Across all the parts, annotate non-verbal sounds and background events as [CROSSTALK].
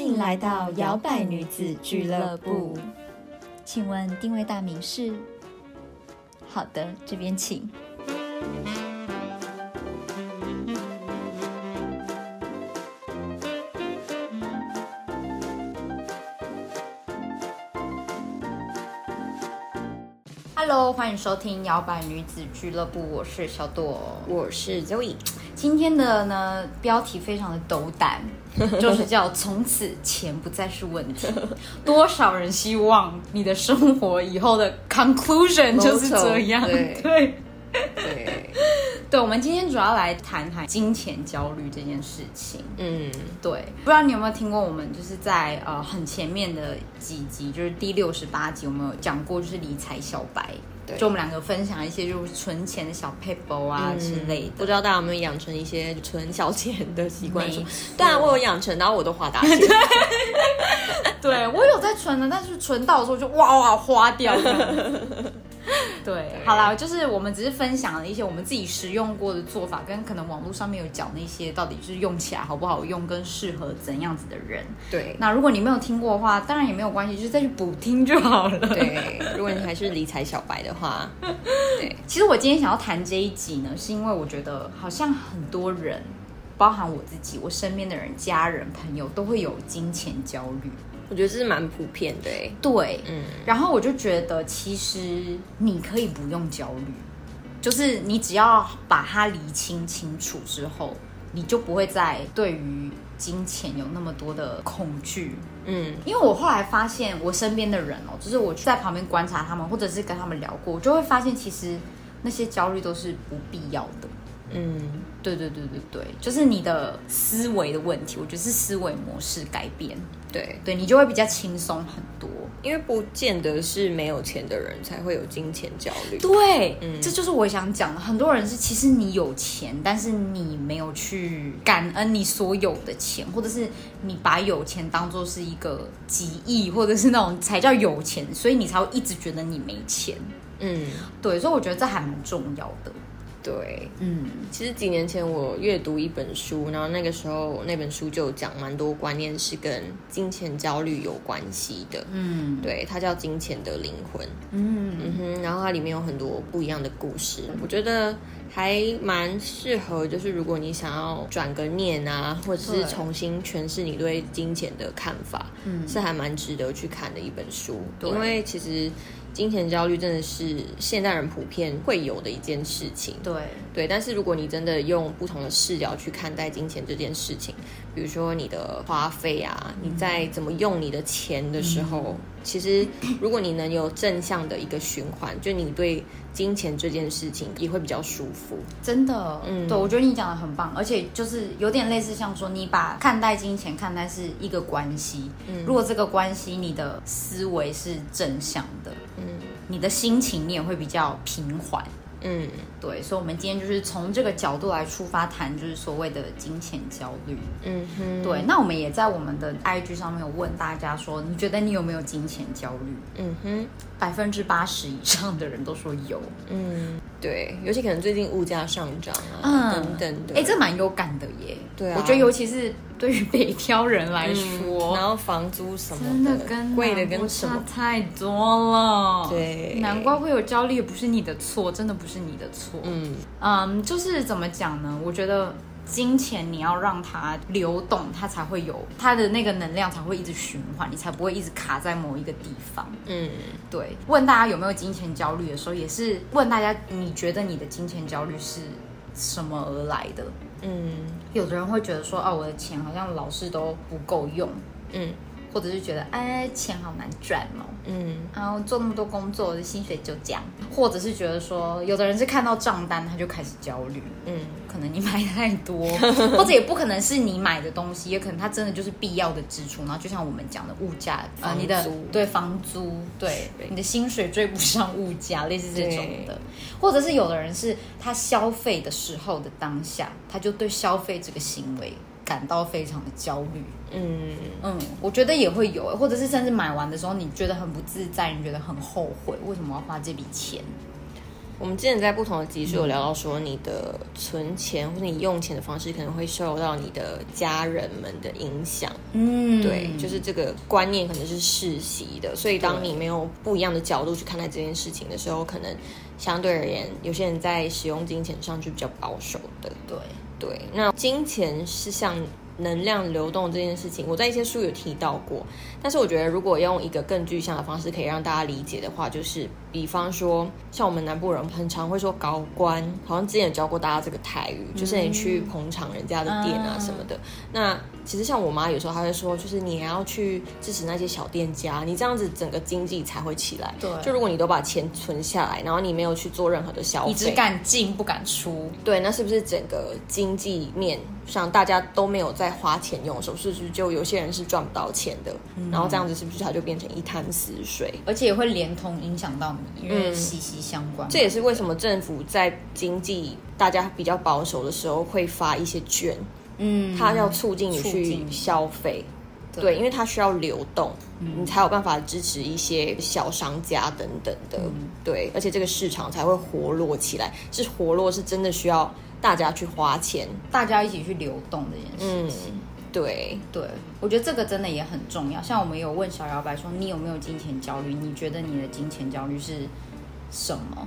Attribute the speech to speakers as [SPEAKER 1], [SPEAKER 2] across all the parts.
[SPEAKER 1] 迎来到摇摆女子俱乐部。请问定位大名是？好的，这边请。
[SPEAKER 2] Hello，欢迎收听摇摆女子俱乐部，我是小朵。
[SPEAKER 3] 我是 Zoe，
[SPEAKER 2] 今天的呢标题非常的斗
[SPEAKER 3] [LAUGHS]
[SPEAKER 2] 胆，就是叫“从此钱不再是问题”。多少人希望你的生活以后的
[SPEAKER 3] [LAUGHS]
[SPEAKER 2] conclusion 就是这样？
[SPEAKER 3] 对
[SPEAKER 2] [LAUGHS] 对
[SPEAKER 3] 对，
[SPEAKER 2] 对，我们今天主要来谈谈金钱焦虑这件事情。
[SPEAKER 3] 嗯，
[SPEAKER 2] 对，不知道你有没有听过我们就是在呃很前面的几集，就是第六十八集，我们有讲过就是理财小白，
[SPEAKER 3] 对
[SPEAKER 2] 就我们两个分享一些就是存钱的小 paper
[SPEAKER 3] 嗯
[SPEAKER 2] 啊、之类
[SPEAKER 3] 不
[SPEAKER 2] 的。
[SPEAKER 3] 知道大家有没有养成一些存小钱的习惯？什么
[SPEAKER 2] 没错？
[SPEAKER 3] 当然我有养成，然后我都花大
[SPEAKER 2] [LAUGHS]
[SPEAKER 3] 钱。
[SPEAKER 2] 对我有在存的，但是存到的时候就哇哇花掉 [LAUGHS] 这样子。对，好啦，就是我们只是分享了一些我们自己使用过的做法，跟可能网络上面有讲那些到底是用起来好不好用，跟适合怎样子的人。
[SPEAKER 3] 对
[SPEAKER 2] 那如果你没有听过的话，当然也没有关系，就是再去补听就好了。
[SPEAKER 3] 对，如果你还是理财小白的话，
[SPEAKER 2] [LAUGHS] 其实我今天想要谈这一集呢，是因为我觉得好像很多人，包含我自己，我身边的人、家人、朋友都会有金钱焦虑。
[SPEAKER 3] 我觉得这是蛮普遍的欸。
[SPEAKER 2] 对，
[SPEAKER 3] 嗯，
[SPEAKER 2] 然后我就觉得其实你可以不用焦虑，就是你只要把它理清清楚之后，你就不会再对于金钱有那么多的恐惧。
[SPEAKER 3] 嗯，
[SPEAKER 2] 因为我后来发现，我身边的人哦，就是我在旁边观察他们，或者是跟他们聊过，我就会发现其实那些焦虑都是不必要的。
[SPEAKER 3] 嗯，
[SPEAKER 2] 对对对对对，就是你的思维的问题，我觉得是思维模式改变，
[SPEAKER 3] 对，
[SPEAKER 2] 对你就会比较轻松很多。
[SPEAKER 3] 因为不见得是没有钱的人才会有金钱焦虑。
[SPEAKER 2] 对，这就是我想讲的。很多人是其实你有钱，但是你没有去感恩你所有的钱，或者是你把有钱当做是一个极亿，或者是那种才叫有钱，所以你才会一直觉得你没钱。
[SPEAKER 3] 嗯，
[SPEAKER 2] 对，所以我觉得这还蛮重要的。
[SPEAKER 3] 对。
[SPEAKER 2] 嗯，
[SPEAKER 3] 其实几年前我阅读一本书，然后那个时候那本书就有讲蛮多观念是跟金钱焦虑有关系的。
[SPEAKER 2] 嗯
[SPEAKER 3] 对，它叫《金钱的灵魂》。
[SPEAKER 2] 嗯，
[SPEAKER 3] 嗯哼，然后它里面有很多不一样的故事，我觉得还蛮适合，就是如果你想要转个念啊，或者
[SPEAKER 2] 对
[SPEAKER 3] 是重新诠释你对金钱的看法，
[SPEAKER 2] 嗯
[SPEAKER 3] 是还蛮值得去看的一本书。
[SPEAKER 2] 对
[SPEAKER 3] 因为其实金钱焦虑真的是现代人普遍会有的一件事情。
[SPEAKER 2] 对，
[SPEAKER 3] 对，但是如果你真的用不同的视角去看待金钱这件事情，比如说你的花费啊，你在
[SPEAKER 2] 嗯
[SPEAKER 3] 怎么用你的钱的时候，其实如果你能有正向的一个循环，就你对金钱这件事情也会比较舒服。
[SPEAKER 2] 真的，
[SPEAKER 3] 嗯
[SPEAKER 2] 对我觉得你讲的很棒，而且就是有点类似像说，你把看待金钱看待是一个关系，
[SPEAKER 3] 嗯
[SPEAKER 2] 如果这个关系你的思维是正向的，
[SPEAKER 3] 嗯
[SPEAKER 2] 你的心情你也会比较平缓。
[SPEAKER 3] 嗯，
[SPEAKER 2] 对，所以，我们今天就是从这个角度来出发谈，就是所谓的金钱焦虑。
[SPEAKER 3] 嗯哼，
[SPEAKER 2] 对，那我们也在我们的 IG 上面有问大家说，你觉得你有没有金钱焦虑？
[SPEAKER 3] 嗯哼，
[SPEAKER 2] 百分之八十以上的人都说有，
[SPEAKER 3] 嗯，对，尤其可能最近物价上涨啊，等等的。
[SPEAKER 2] 哎、这蛮有感的耶。
[SPEAKER 3] 对啊
[SPEAKER 2] 我觉得尤其是对于北漂人来
[SPEAKER 3] 嗯
[SPEAKER 2] 说，
[SPEAKER 3] 然后房租什
[SPEAKER 2] 真
[SPEAKER 3] 么
[SPEAKER 2] 的跟
[SPEAKER 3] 贵的
[SPEAKER 2] 南部
[SPEAKER 3] 跟什么
[SPEAKER 2] 差，太多了。
[SPEAKER 3] 对
[SPEAKER 2] 难怪会有焦虑，不是你的错，真的不是你的错。嗯
[SPEAKER 3] 嗯
[SPEAKER 2] 就是怎么讲呢？我觉得。金钱你要让它流动，它才会有它的那个能量才会一直循环，你才不会一直卡在某一个地方。
[SPEAKER 3] 嗯
[SPEAKER 2] 对，问大家有没有金钱焦虑的时候，也是问大家你觉得你的金钱焦虑是什么而来的？
[SPEAKER 3] 嗯
[SPEAKER 2] 有的人会觉得说，哦，我的钱好像老是都不够用，
[SPEAKER 3] 嗯
[SPEAKER 2] 或者是觉得，哎，钱好难赚哦，
[SPEAKER 3] 嗯
[SPEAKER 2] 啊，我做那么多工作，我的薪水就这样，或者是觉得说，有的人是看到账单他就开始焦虑，
[SPEAKER 3] 嗯，
[SPEAKER 2] 可能你买太
[SPEAKER 3] [LAUGHS]
[SPEAKER 2] 多，或者也不可能是你买的东西，也可能它真的就是必要的支出。然后就像我们讲的物价，呃，
[SPEAKER 3] 房
[SPEAKER 2] 你的
[SPEAKER 3] 租
[SPEAKER 2] 对房租，对
[SPEAKER 3] 对
[SPEAKER 2] 你的薪水追不上物价，类似这种
[SPEAKER 3] 对
[SPEAKER 2] 的，或者是有的人是他消费的时候的当下，他就对消费这个行为感到非常的焦虑。
[SPEAKER 3] 嗯，
[SPEAKER 2] 嗯，我觉得也会有，或者是甚至买完的时候，你觉得很不自在，你觉得很后悔，为什么要花这笔钱？
[SPEAKER 3] 我们之前在不同的集数有聊到说，你的存钱或者你用钱的方式可能会受到你的家人们的影响。
[SPEAKER 2] 嗯，
[SPEAKER 3] 对，就是这个观念可能是世袭的，所以当你没有不一样的角度去看待这件事情的时候，可能相对而言，有些人在使用金钱上就比较保守的。
[SPEAKER 2] 对，
[SPEAKER 3] 对，那金钱是像能量流动这件事情，我在一些书有提到过。但是我觉得，如果要用一个更具象的方式可以让大家理解的话，就是比方说，像我们南部人很常会说“高官”，好像之前有教过大家这个台语，就是你去捧场人家的店啊
[SPEAKER 2] 嗯
[SPEAKER 3] 什么的。那其实像我妈有时候她会说，就是你也要去支持那些小店家，你这样子整个经济才会起来。
[SPEAKER 2] 对
[SPEAKER 3] 就如果你都把钱存下来，然后你没有去做任何的消费，
[SPEAKER 2] 你只敢进不敢出，
[SPEAKER 3] 对，那是不是整个经济面上大家都没有在花钱用的时候，是不是就有些人是赚不到钱的？
[SPEAKER 2] 嗯
[SPEAKER 3] 然后这样子是不是它就变成一滩死水？
[SPEAKER 2] 而且也会连同影响到你，因为
[SPEAKER 3] 嗯
[SPEAKER 2] 息息相关嘛。
[SPEAKER 3] 这也是为什么政府在经济大家比较保守的时候会发一些券，
[SPEAKER 2] 嗯，
[SPEAKER 3] 它要促进你
[SPEAKER 2] 促
[SPEAKER 3] 去
[SPEAKER 2] 进
[SPEAKER 3] 消费。
[SPEAKER 2] 对嗯
[SPEAKER 3] 对，因为它需要流动，你才有办法支持一些小商家等等的，
[SPEAKER 2] 嗯
[SPEAKER 3] 对，而且这个市场才会活络起来。是活络，是真的需要大家去花钱，
[SPEAKER 2] 大家一起去流动这件事
[SPEAKER 3] 嗯
[SPEAKER 2] 情。，
[SPEAKER 3] 对，
[SPEAKER 2] 对，我觉得这个真的也很重要。像我们有问小摇摆说，你有没有金钱焦虑？你觉得你的金钱焦虑是什么？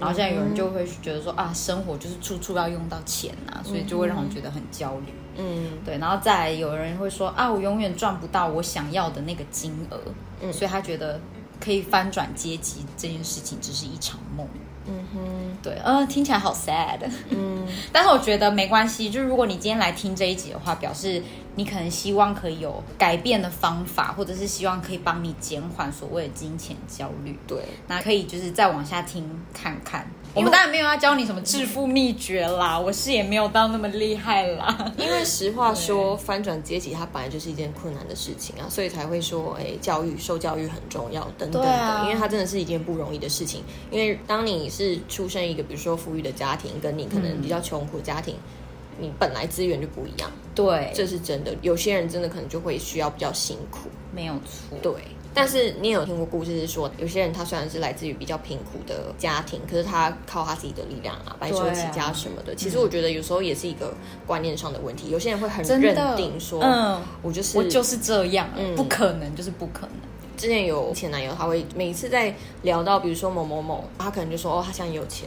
[SPEAKER 2] 然后现在有人就会觉得说啊，生活就是处处要用到钱啊，所以就会让我觉得很焦虑。
[SPEAKER 3] 嗯
[SPEAKER 2] 对，然后再来有人会说啊，我永远赚不到我想要的那个金额，
[SPEAKER 3] 嗯
[SPEAKER 2] 所以他觉得可以翻转阶级这件事情只是一场梦。
[SPEAKER 3] 嗯哼，
[SPEAKER 2] 对，呃，听起来好 sad，
[SPEAKER 3] 嗯，
[SPEAKER 2] [LAUGHS] 但是我觉得没关系，就是如果你今天来听这一集的话，表示你可能希望可以有改变的方法，或者是希望可以帮你减缓所谓的金钱焦虑。
[SPEAKER 3] 对，
[SPEAKER 2] 那可以就是再往下听看看。我们当然没有要教你什么致富秘诀啦，我是也没有到那么厉害啦。
[SPEAKER 3] 因为实话说，翻转阶级它本来就是一件困难的事情啊，所以才会说，哎，教育受教育很重要等等的，
[SPEAKER 2] 对啊
[SPEAKER 3] 因为它真的是一件不容易的事情。因为当你是出生一个比如说富裕的家庭，跟你可能比较穷苦的家庭。你本来资源就不一样，
[SPEAKER 2] 对，
[SPEAKER 3] 这是真的。有些人真的可能就会需要比较辛苦，
[SPEAKER 2] 没有错。
[SPEAKER 3] 对，但是你也有听过故事是说，有些人他虽然是来自于比较贫苦的家庭，可是他靠他自己的力量啊，白手起家什
[SPEAKER 2] 嗯
[SPEAKER 3] 么的。其实我觉得有时候也是一个观念上的问题，有些人会很
[SPEAKER 2] 真
[SPEAKER 3] 认
[SPEAKER 2] 的
[SPEAKER 3] 定说，
[SPEAKER 2] 嗯，
[SPEAKER 3] 我就是
[SPEAKER 2] 我就是这样啊，
[SPEAKER 3] 嗯
[SPEAKER 2] 不可能，就是不可能。
[SPEAKER 3] 之前有前男友，他会每次在聊到比如说某某某，他可能就说哦，他现在也有钱。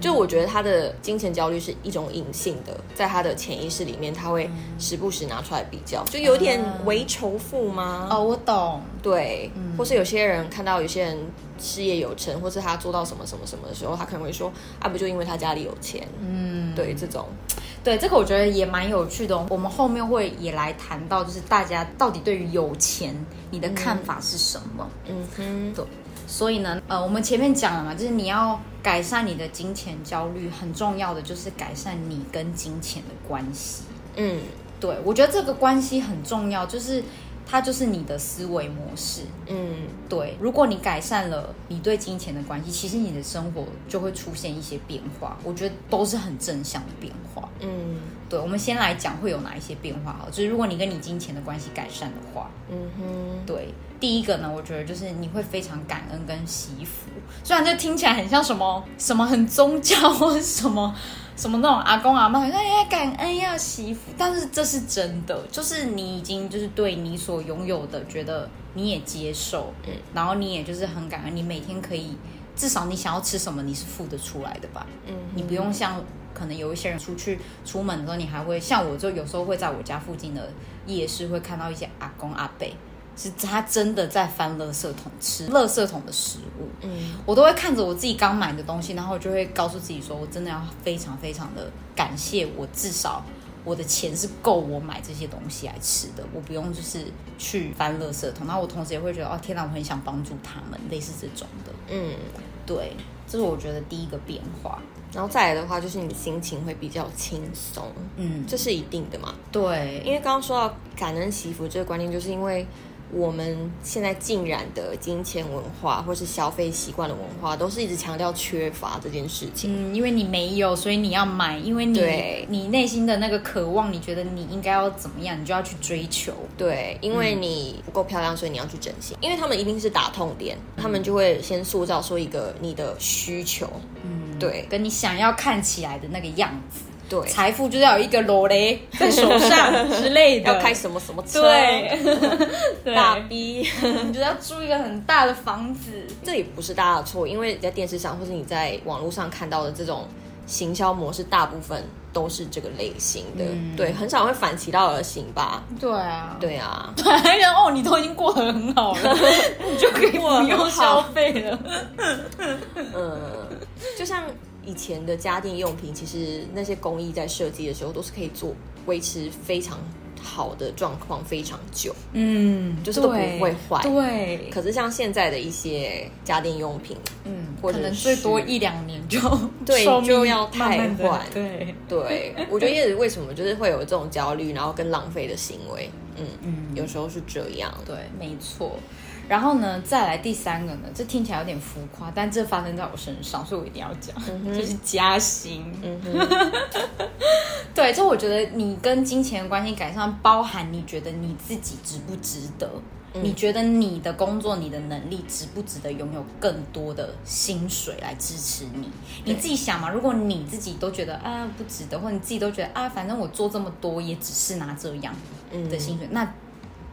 [SPEAKER 3] 就我觉得他的金钱焦虑是一种隐性的，在他的潜意识里面，他会时不时拿出来比较，就有点
[SPEAKER 2] 嗯
[SPEAKER 3] 为仇富吗？
[SPEAKER 2] 哦，我懂。
[SPEAKER 3] 对，或是有些人看到有些人事业有成，或是他做到什么什么什么的时候，他可能会说啊，不就因为他家里有钱，
[SPEAKER 2] 嗯，
[SPEAKER 3] 对这种，
[SPEAKER 2] 对，这个我觉得也蛮有趣的、哦。我们后面会也来谈到，就是大家到底对于有钱你的看法是什么。
[SPEAKER 3] 嗯哼，
[SPEAKER 2] 对，所以呢，呃，我们前面讲了嘛，就是你要改善你的金钱焦虑，很重要的就是改善你跟金钱的关系。
[SPEAKER 3] 嗯
[SPEAKER 2] 对，我觉得这个关系很重要，就是它就是你的思维模式。
[SPEAKER 3] 嗯，
[SPEAKER 2] 对，如果你改善了你对金钱的关系，其实你的生活就会出现一些变化，我觉得都是很正向的变化。
[SPEAKER 3] 嗯
[SPEAKER 2] 对，我们先来讲会有哪一些变化哈，就是如果你跟你金钱的关系改善的话，
[SPEAKER 3] 嗯哼，
[SPEAKER 2] 对，第一个呢，我觉得就是你会非常感恩跟惜福，虽然这听起来很像什么什么很宗教或者什么什么那种阿公阿妈，哎呀感恩要惜福，但是这是真的，就是你已经就是对你所拥有的觉得你也接受，
[SPEAKER 3] 嗯
[SPEAKER 2] 然后你也就是很感恩，你每天可以至少你想要吃什么你是付得出来的吧，
[SPEAKER 3] 嗯
[SPEAKER 2] 你不用像可能有一些人出去出门的时候，你还会像我，就有时候会在我家附近的夜市会看到一些阿公阿伯，是他真的在翻垃圾桶吃垃圾桶的食物。
[SPEAKER 3] 嗯
[SPEAKER 2] 我都会看着我自己刚买的东西，然后我就会告诉自己说，我真的要非常非常的感谢我，至少我的钱是够我买这些东西来吃的，我不用就是去翻垃圾桶。然后我同时也会觉得，哦天哪，我很想帮助他们，类似这种的。
[SPEAKER 3] 嗯，
[SPEAKER 2] 对，这是我觉得第一个变化。
[SPEAKER 3] 然后再来的话，就是你的心情会比较轻松，
[SPEAKER 2] 嗯，
[SPEAKER 3] 这是一定的嘛，
[SPEAKER 2] 对，
[SPEAKER 3] 因为刚刚说到感恩惜福这个观念，就是因为我们现在浸染的金钱文化或是消费习惯的文化，都是一直强调缺乏这件事情。
[SPEAKER 2] 嗯，因为你没有，所以你要买，因为你
[SPEAKER 3] 对
[SPEAKER 2] 你内心的那个渴望，你觉得你应该要怎么样，你就要去追求。
[SPEAKER 3] 对，因
[SPEAKER 2] 嗯
[SPEAKER 3] 为你不够漂亮，所以你要去整形。因为他们一定是打痛点，他们就会先塑造出一个你的需求，嗯，对
[SPEAKER 2] 跟你想要看起来的那个样子。
[SPEAKER 3] 对，
[SPEAKER 2] 财富就是要有一个罗雷在手上之类的，
[SPEAKER 3] [LAUGHS] 要开什么什么车， [LAUGHS]
[SPEAKER 2] 对对
[SPEAKER 3] 大逼。
[SPEAKER 2] [LAUGHS] 你就是要住一个很大的房子。
[SPEAKER 3] 这也不是大家的错，因为你在电视上或是你在网络上看到的这种行销模式，大部分都是这个类型的，
[SPEAKER 2] 嗯
[SPEAKER 3] 对，很少会反其道而行吧？
[SPEAKER 2] 对啊，
[SPEAKER 3] 对啊，
[SPEAKER 2] 还有哦，你都已经过得很好
[SPEAKER 3] [LAUGHS]
[SPEAKER 2] 了，你就可以不用消费了。
[SPEAKER 3] 嗯，就像以前的家电用品，其实那些工艺在设计的时候都是可以做维持非常好的状况非常久，
[SPEAKER 2] 嗯，
[SPEAKER 3] 就是都不会坏
[SPEAKER 2] 对，
[SPEAKER 3] 可是像现在的一些家电用品，
[SPEAKER 2] 嗯，
[SPEAKER 3] 或者
[SPEAKER 2] 可能
[SPEAKER 3] 是
[SPEAKER 2] 最多一两年就 [LAUGHS]
[SPEAKER 3] 对
[SPEAKER 2] 寿命
[SPEAKER 3] 就要
[SPEAKER 2] 慢慢地
[SPEAKER 3] 汰换
[SPEAKER 2] 对， [LAUGHS]
[SPEAKER 3] 对我觉得也是为什么就是会有这种焦虑，然后跟浪费的行为，嗯嗯，有时候是这样，
[SPEAKER 2] 对，没错。然后呢，再来第三个呢，这听起来有点浮夸，但这发生在我身上，所以我一定要讲，就是加薪。
[SPEAKER 3] 嗯哼，
[SPEAKER 2] [LAUGHS] 对，这我觉得你跟金钱的关系改善，包含你觉得你自己值不值得，
[SPEAKER 3] 嗯
[SPEAKER 2] 你觉得你的工作、你的能力值不值得拥有更多的薪水来支持你？你自己想嘛，如果你自己都觉得啊不值得，或你自己都觉得啊反正我做这么多也只是拿这样
[SPEAKER 3] 嗯
[SPEAKER 2] 的薪水，那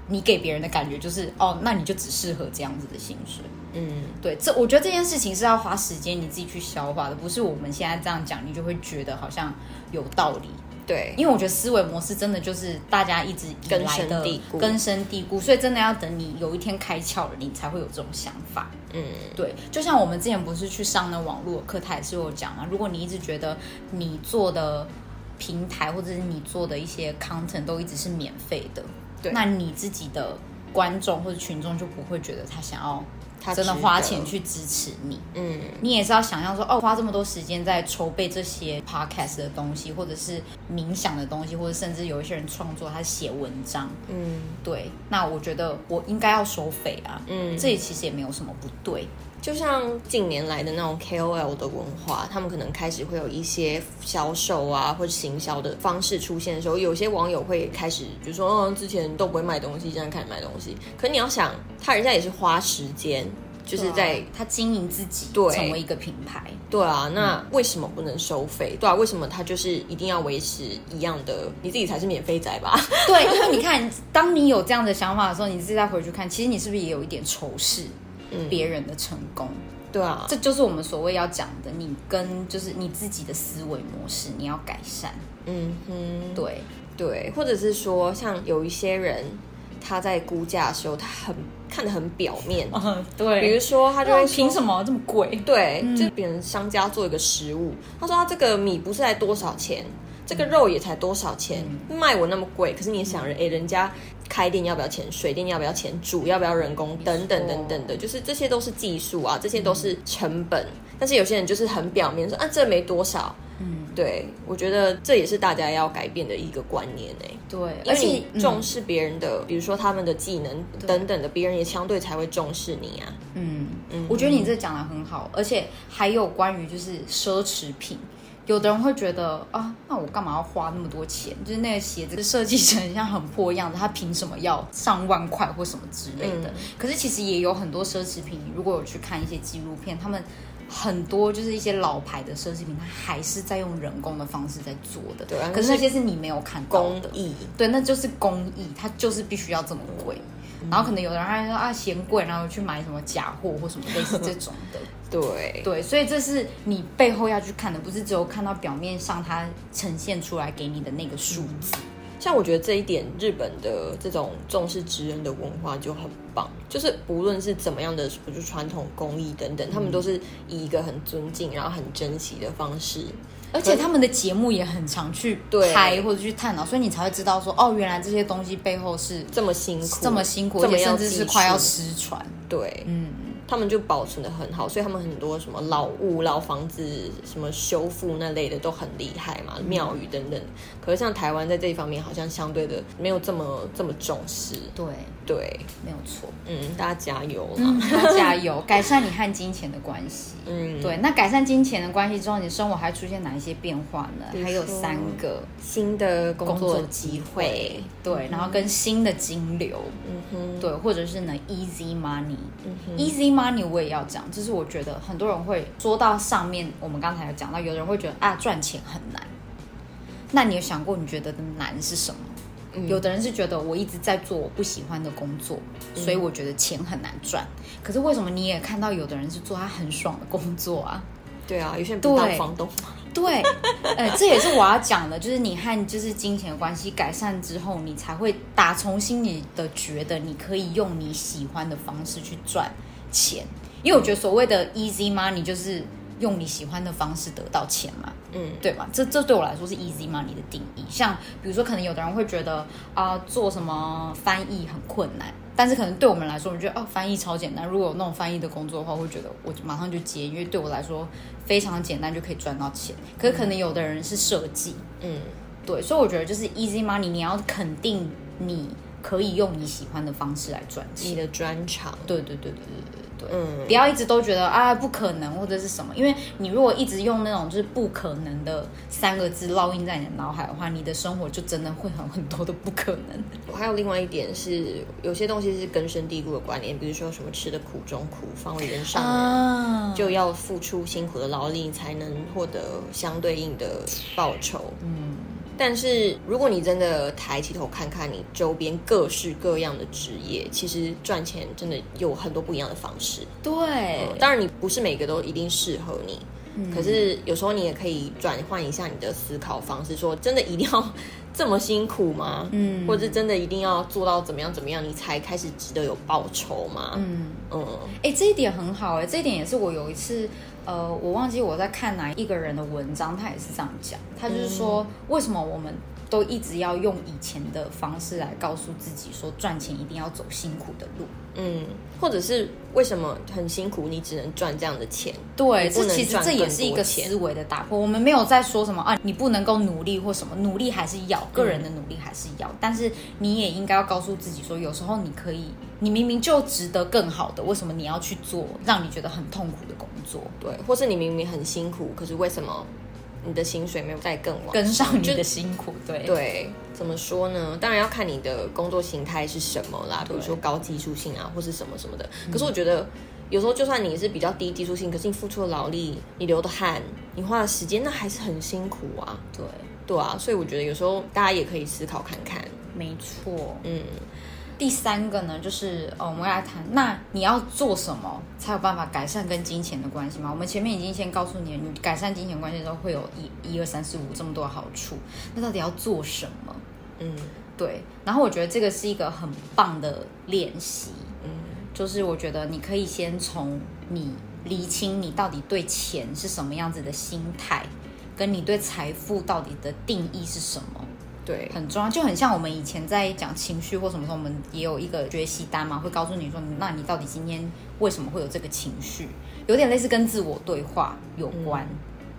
[SPEAKER 2] 你给别人的感觉就是哦，那你就只适合这样子的薪水。
[SPEAKER 3] 嗯，
[SPEAKER 2] 对，这我觉得这件事情是要花时间你自己去消化的，不是我们现在这样讲，你就会觉得好像有道理。
[SPEAKER 3] 对，
[SPEAKER 2] 因为我觉得思维模式真的就是大家一直以来的
[SPEAKER 3] 根深蒂固
[SPEAKER 2] 根深蒂固，所以真的要等你有一天开窍了，你才会有这种想法。
[SPEAKER 3] 嗯
[SPEAKER 2] 对，就像我们之前不是去上那网络的课，他也是有讲嘛，如果你一直觉得你做的平台或者是你做的一些 content 都一直是免费的，
[SPEAKER 3] 对
[SPEAKER 2] 那你自己的观众或者群众就不会觉得他想要
[SPEAKER 3] 他
[SPEAKER 2] 真的
[SPEAKER 3] 值得
[SPEAKER 2] 花钱去支持你。
[SPEAKER 3] 嗯
[SPEAKER 2] 你也是要想象说，哦，花这么多时间在筹备这些 podcast 的东西，或者是冥想的东西，或者甚至有一些人创作，他写文章，
[SPEAKER 3] 嗯
[SPEAKER 2] 对，那我觉得我应该要收费啊，
[SPEAKER 3] 嗯，
[SPEAKER 2] 这其实也没有什么不对，
[SPEAKER 3] 就像近年来的那种 KOL 的文化，他们可能开始会有一些销售啊或者行销的方式出现的时候，有些网友会开始，比如说，嗯，之前都不会卖东西，现在开始卖东西。可你要想，他人家也是花时间，就是在
[SPEAKER 2] 对啊他经营自己，
[SPEAKER 3] 对
[SPEAKER 2] 成为一个品牌，
[SPEAKER 3] 对啊，
[SPEAKER 2] 嗯
[SPEAKER 3] 那为什么不能收费？对啊，为什么他就是一定要维持一样的？你自己才是免费仔吧？ [LAUGHS]
[SPEAKER 2] 对，因为你看，当你有这样的想法的时候，你自己再回去看，其实你是不是也有一点仇视
[SPEAKER 3] 嗯
[SPEAKER 2] 别人的成功？
[SPEAKER 3] 对啊，
[SPEAKER 2] 这就是我们所谓要讲的，你跟就是你自己的思维模式，你要改善，
[SPEAKER 3] 嗯哼， [LAUGHS]
[SPEAKER 2] 对。
[SPEAKER 3] 对，或者是说，像有一些人他在估价的时候，他很看得很表面，
[SPEAKER 2] 嗯，对啊
[SPEAKER 3] 比如说他就会说。
[SPEAKER 2] 什么这么贵？
[SPEAKER 3] 对，就别人商家做一个食物，他说他这个米不是才多少钱，这个肉也才多少钱，卖我那么贵，可是你也想人，哎、人家开店要不要钱，水电要不要钱，煮要不要人工，等等等等的，就是这些都是技术啊，这些都是成本。但是有些人就是很表面说啊，这没多少。
[SPEAKER 2] 嗯，
[SPEAKER 3] 对，我觉得这也是大家要改变的一个观念哎、
[SPEAKER 2] 对，
[SPEAKER 3] 而
[SPEAKER 2] 而
[SPEAKER 3] 且
[SPEAKER 2] 且
[SPEAKER 3] 你重视别人的，比如说他们的技能等等的，别人也相对才会重视你啊。
[SPEAKER 2] 嗯，嗯我觉得你这讲的很好，而且还有关于就是奢侈品。有的人会觉得啊，那我干嘛要花那么多钱？就是那个鞋子设计成像很破样子，他凭什么要上万块或什么之类的？
[SPEAKER 3] 嗯
[SPEAKER 2] 可是其实也有很多奢侈品，如果有去看一些纪录片，他们很多就是一些老牌的奢侈品，它还是在用人工的方式在做的。
[SPEAKER 3] 对啊
[SPEAKER 2] 可是那些是你没有看到
[SPEAKER 3] 公
[SPEAKER 2] 的。
[SPEAKER 3] 益，
[SPEAKER 2] 对，那就是工艺，它就是必须要这么贵。然后可能有的人还说啊嫌贵，然后去买什么假货或什么类似这种的。
[SPEAKER 3] 对，
[SPEAKER 2] 对，所以这是你背后要去看的，不是只有看到表面上它呈现出来给你的那个数字。
[SPEAKER 3] 像我觉得这一点，日本的这种重视职人的文化就很棒，就是不论是怎么样的，我就传统工艺等等，他
[SPEAKER 2] 嗯
[SPEAKER 3] 们都是以一个很尊敬，然后很珍惜的方式。
[SPEAKER 2] 而且他们的节目也很常去
[SPEAKER 3] 对
[SPEAKER 2] 拍或者去探讨，所以你才会知道说哦，原来这些东西背后是
[SPEAKER 3] 这么辛苦，
[SPEAKER 2] 这么辛苦，
[SPEAKER 3] 这
[SPEAKER 2] 而
[SPEAKER 3] 么
[SPEAKER 2] 且
[SPEAKER 3] 要
[SPEAKER 2] 甚至
[SPEAKER 3] 技
[SPEAKER 2] 是快要
[SPEAKER 3] 术
[SPEAKER 2] 失传。
[SPEAKER 3] 对，
[SPEAKER 2] 嗯，
[SPEAKER 3] 他们就保存的很好，所以他们很多什么老屋、老房子、什么修复那类的都很厉害
[SPEAKER 2] 嗯
[SPEAKER 3] 嘛，庙宇等等。可是像台湾在这一方面好像相对的没有这么这么重视。
[SPEAKER 2] 对，
[SPEAKER 3] 对，
[SPEAKER 2] 没有错。
[SPEAKER 3] 嗯，大家加油啦，
[SPEAKER 2] 嗯， [LAUGHS] 要加油，改善你和金钱的关系。
[SPEAKER 3] 嗯，
[SPEAKER 2] 对，那改善金钱的关系之后，你生活还出现哪一些变化
[SPEAKER 3] 比
[SPEAKER 2] 呢？
[SPEAKER 3] 如
[SPEAKER 2] 还有
[SPEAKER 3] 说
[SPEAKER 2] 三个，
[SPEAKER 3] 新的工
[SPEAKER 2] 工
[SPEAKER 3] 作
[SPEAKER 2] 作
[SPEAKER 3] 机
[SPEAKER 2] 机
[SPEAKER 3] 会，
[SPEAKER 2] 对，然后跟新的金流，
[SPEAKER 3] 嗯嗯哼，
[SPEAKER 2] 对，或者是呢，easy money。
[SPEAKER 3] 嗯哼，
[SPEAKER 2] easy money 我也要讲，就是我觉得很多人会说到上面，我们刚才有讲到，有人会觉得啊赚钱很难，那你有想过你觉得的难是什么？
[SPEAKER 3] 嗯
[SPEAKER 2] 有的人是觉得我一直在做我不喜欢的工作，所以
[SPEAKER 3] 嗯
[SPEAKER 2] 我觉得钱很难赚。可是为什么你也看到有的人是做他很爽的工作啊？
[SPEAKER 3] 对啊，有些人不当
[SPEAKER 2] 对
[SPEAKER 3] 房东，
[SPEAKER 2] 对，呃，这也是我要讲的，就是你和就是金钱的关系改善之后，你才会打从心里的觉得你可以用你喜欢的方式去赚钱，因为我觉得所谓的 easy money 就是用你喜欢的方式得到钱嘛。
[SPEAKER 3] 嗯，
[SPEAKER 2] 对吧？这这对我来说是 easy money 的定义。像比如说，可能有的人会觉得啊、做什么翻译很困难，但是可能对我们来说，我们觉得哦，翻译超简单。如果有那种翻译的工作的话，我会觉得我马上就接，因为对我来说非常简单就可以赚到钱。可是可能有的人是设计，
[SPEAKER 3] 嗯，
[SPEAKER 2] 对，所以我觉得就是 easy money，你要肯定你可以用你喜欢的方式来赚
[SPEAKER 3] 你
[SPEAKER 2] 钱。
[SPEAKER 3] 的专长，
[SPEAKER 2] 对对对对对对对。
[SPEAKER 3] 嗯
[SPEAKER 2] 不要一直都觉得啊不可能或者是什么，因为你如果一直用那种就是不可能的三个字烙印在你的脑海的话，你的生活就真的会很很多的不可能。
[SPEAKER 3] [LAUGHS] 我还有另外一点是，有些东西是根深蒂固的观念，比如说什么吃的苦中苦，方为人上人。
[SPEAKER 2] 啊，
[SPEAKER 3] 就要付出辛苦的劳力，才能获得相对应的报酬。嗯，但是如果你真的抬起头看看你周边各式各样的职业，其实赚钱真的有很多不一样的方式。
[SPEAKER 2] [LAUGHS] 对，
[SPEAKER 3] 当然，你不是每个都一定适合你。
[SPEAKER 2] 嗯
[SPEAKER 3] 可是有时候你也可以转换一下你的思考方式，说真的一定要这么辛苦吗？
[SPEAKER 2] 嗯
[SPEAKER 3] 或者是真的一定要做到怎么样怎么样，你才开始值得有报酬吗？
[SPEAKER 2] 嗯，
[SPEAKER 3] 嗯
[SPEAKER 2] 哎、这一点很好哎、这一点也是我有一次，呃，我忘记我在看哪一个人的文章，他也是这样讲，他就是说、为什么我们都一直要用以前的方式来告诉自己说赚钱一定要走辛苦的路。
[SPEAKER 3] 嗯，或者是为什么很辛苦，你只能赚这样的钱？
[SPEAKER 2] 对，
[SPEAKER 3] 你不
[SPEAKER 2] 这
[SPEAKER 3] 能
[SPEAKER 2] 其实
[SPEAKER 3] 赚
[SPEAKER 2] 这也
[SPEAKER 3] 更
[SPEAKER 2] 是一
[SPEAKER 3] 多
[SPEAKER 2] 个
[SPEAKER 3] 钱
[SPEAKER 2] 思维的打破。我们没有在说什么啊，你不能够努力或什么，努力还是要，个人的
[SPEAKER 3] 嗯
[SPEAKER 2] 努力还是要，但是你也应该要告诉自己说，有时候你可以，你明明就值得更好的，为什么你要去做让你觉得很痛苦的工作？
[SPEAKER 3] 对，或是你明明很辛苦，可是为什么你的薪水没有再更往
[SPEAKER 2] 跟上你
[SPEAKER 3] 就
[SPEAKER 2] 的辛苦，对
[SPEAKER 3] 对，怎么说呢？当然要看你的工作形态是什么啦，比如说高技术性啊，或是什么什么的。
[SPEAKER 2] 嗯
[SPEAKER 3] 可是我觉得，有时候就算你是比较低技术性，可是你付出的劳力、你流的汗、你花的时间，那还是很辛苦啊。
[SPEAKER 2] 对，
[SPEAKER 3] 对啊，所以我觉得有时候大家也可以思考看看。
[SPEAKER 2] 没错。
[SPEAKER 3] 嗯，
[SPEAKER 2] 第三个呢，就是呃，我们要来谈，那你要做什么才有办法改善跟金钱的关系嘛？我们前面已经先告诉你了，你改善金钱关系的时候会有一、一二、三、四、五这么多好处，那到底要做什么？
[SPEAKER 3] 嗯
[SPEAKER 2] 对，然后我觉得这个是一个很棒的练习，
[SPEAKER 3] 嗯
[SPEAKER 2] 就是我觉得你可以先从你厘清你到底对钱是什么样子的心态，跟你对财富到底的定义是什么，
[SPEAKER 3] 对，
[SPEAKER 2] 很重要，就很像我们以前在讲情绪或什么时候，我们也有一个学习单嘛，会告诉你说，那你到底今天为什么会有这个情绪，有点类似跟自我对话有关。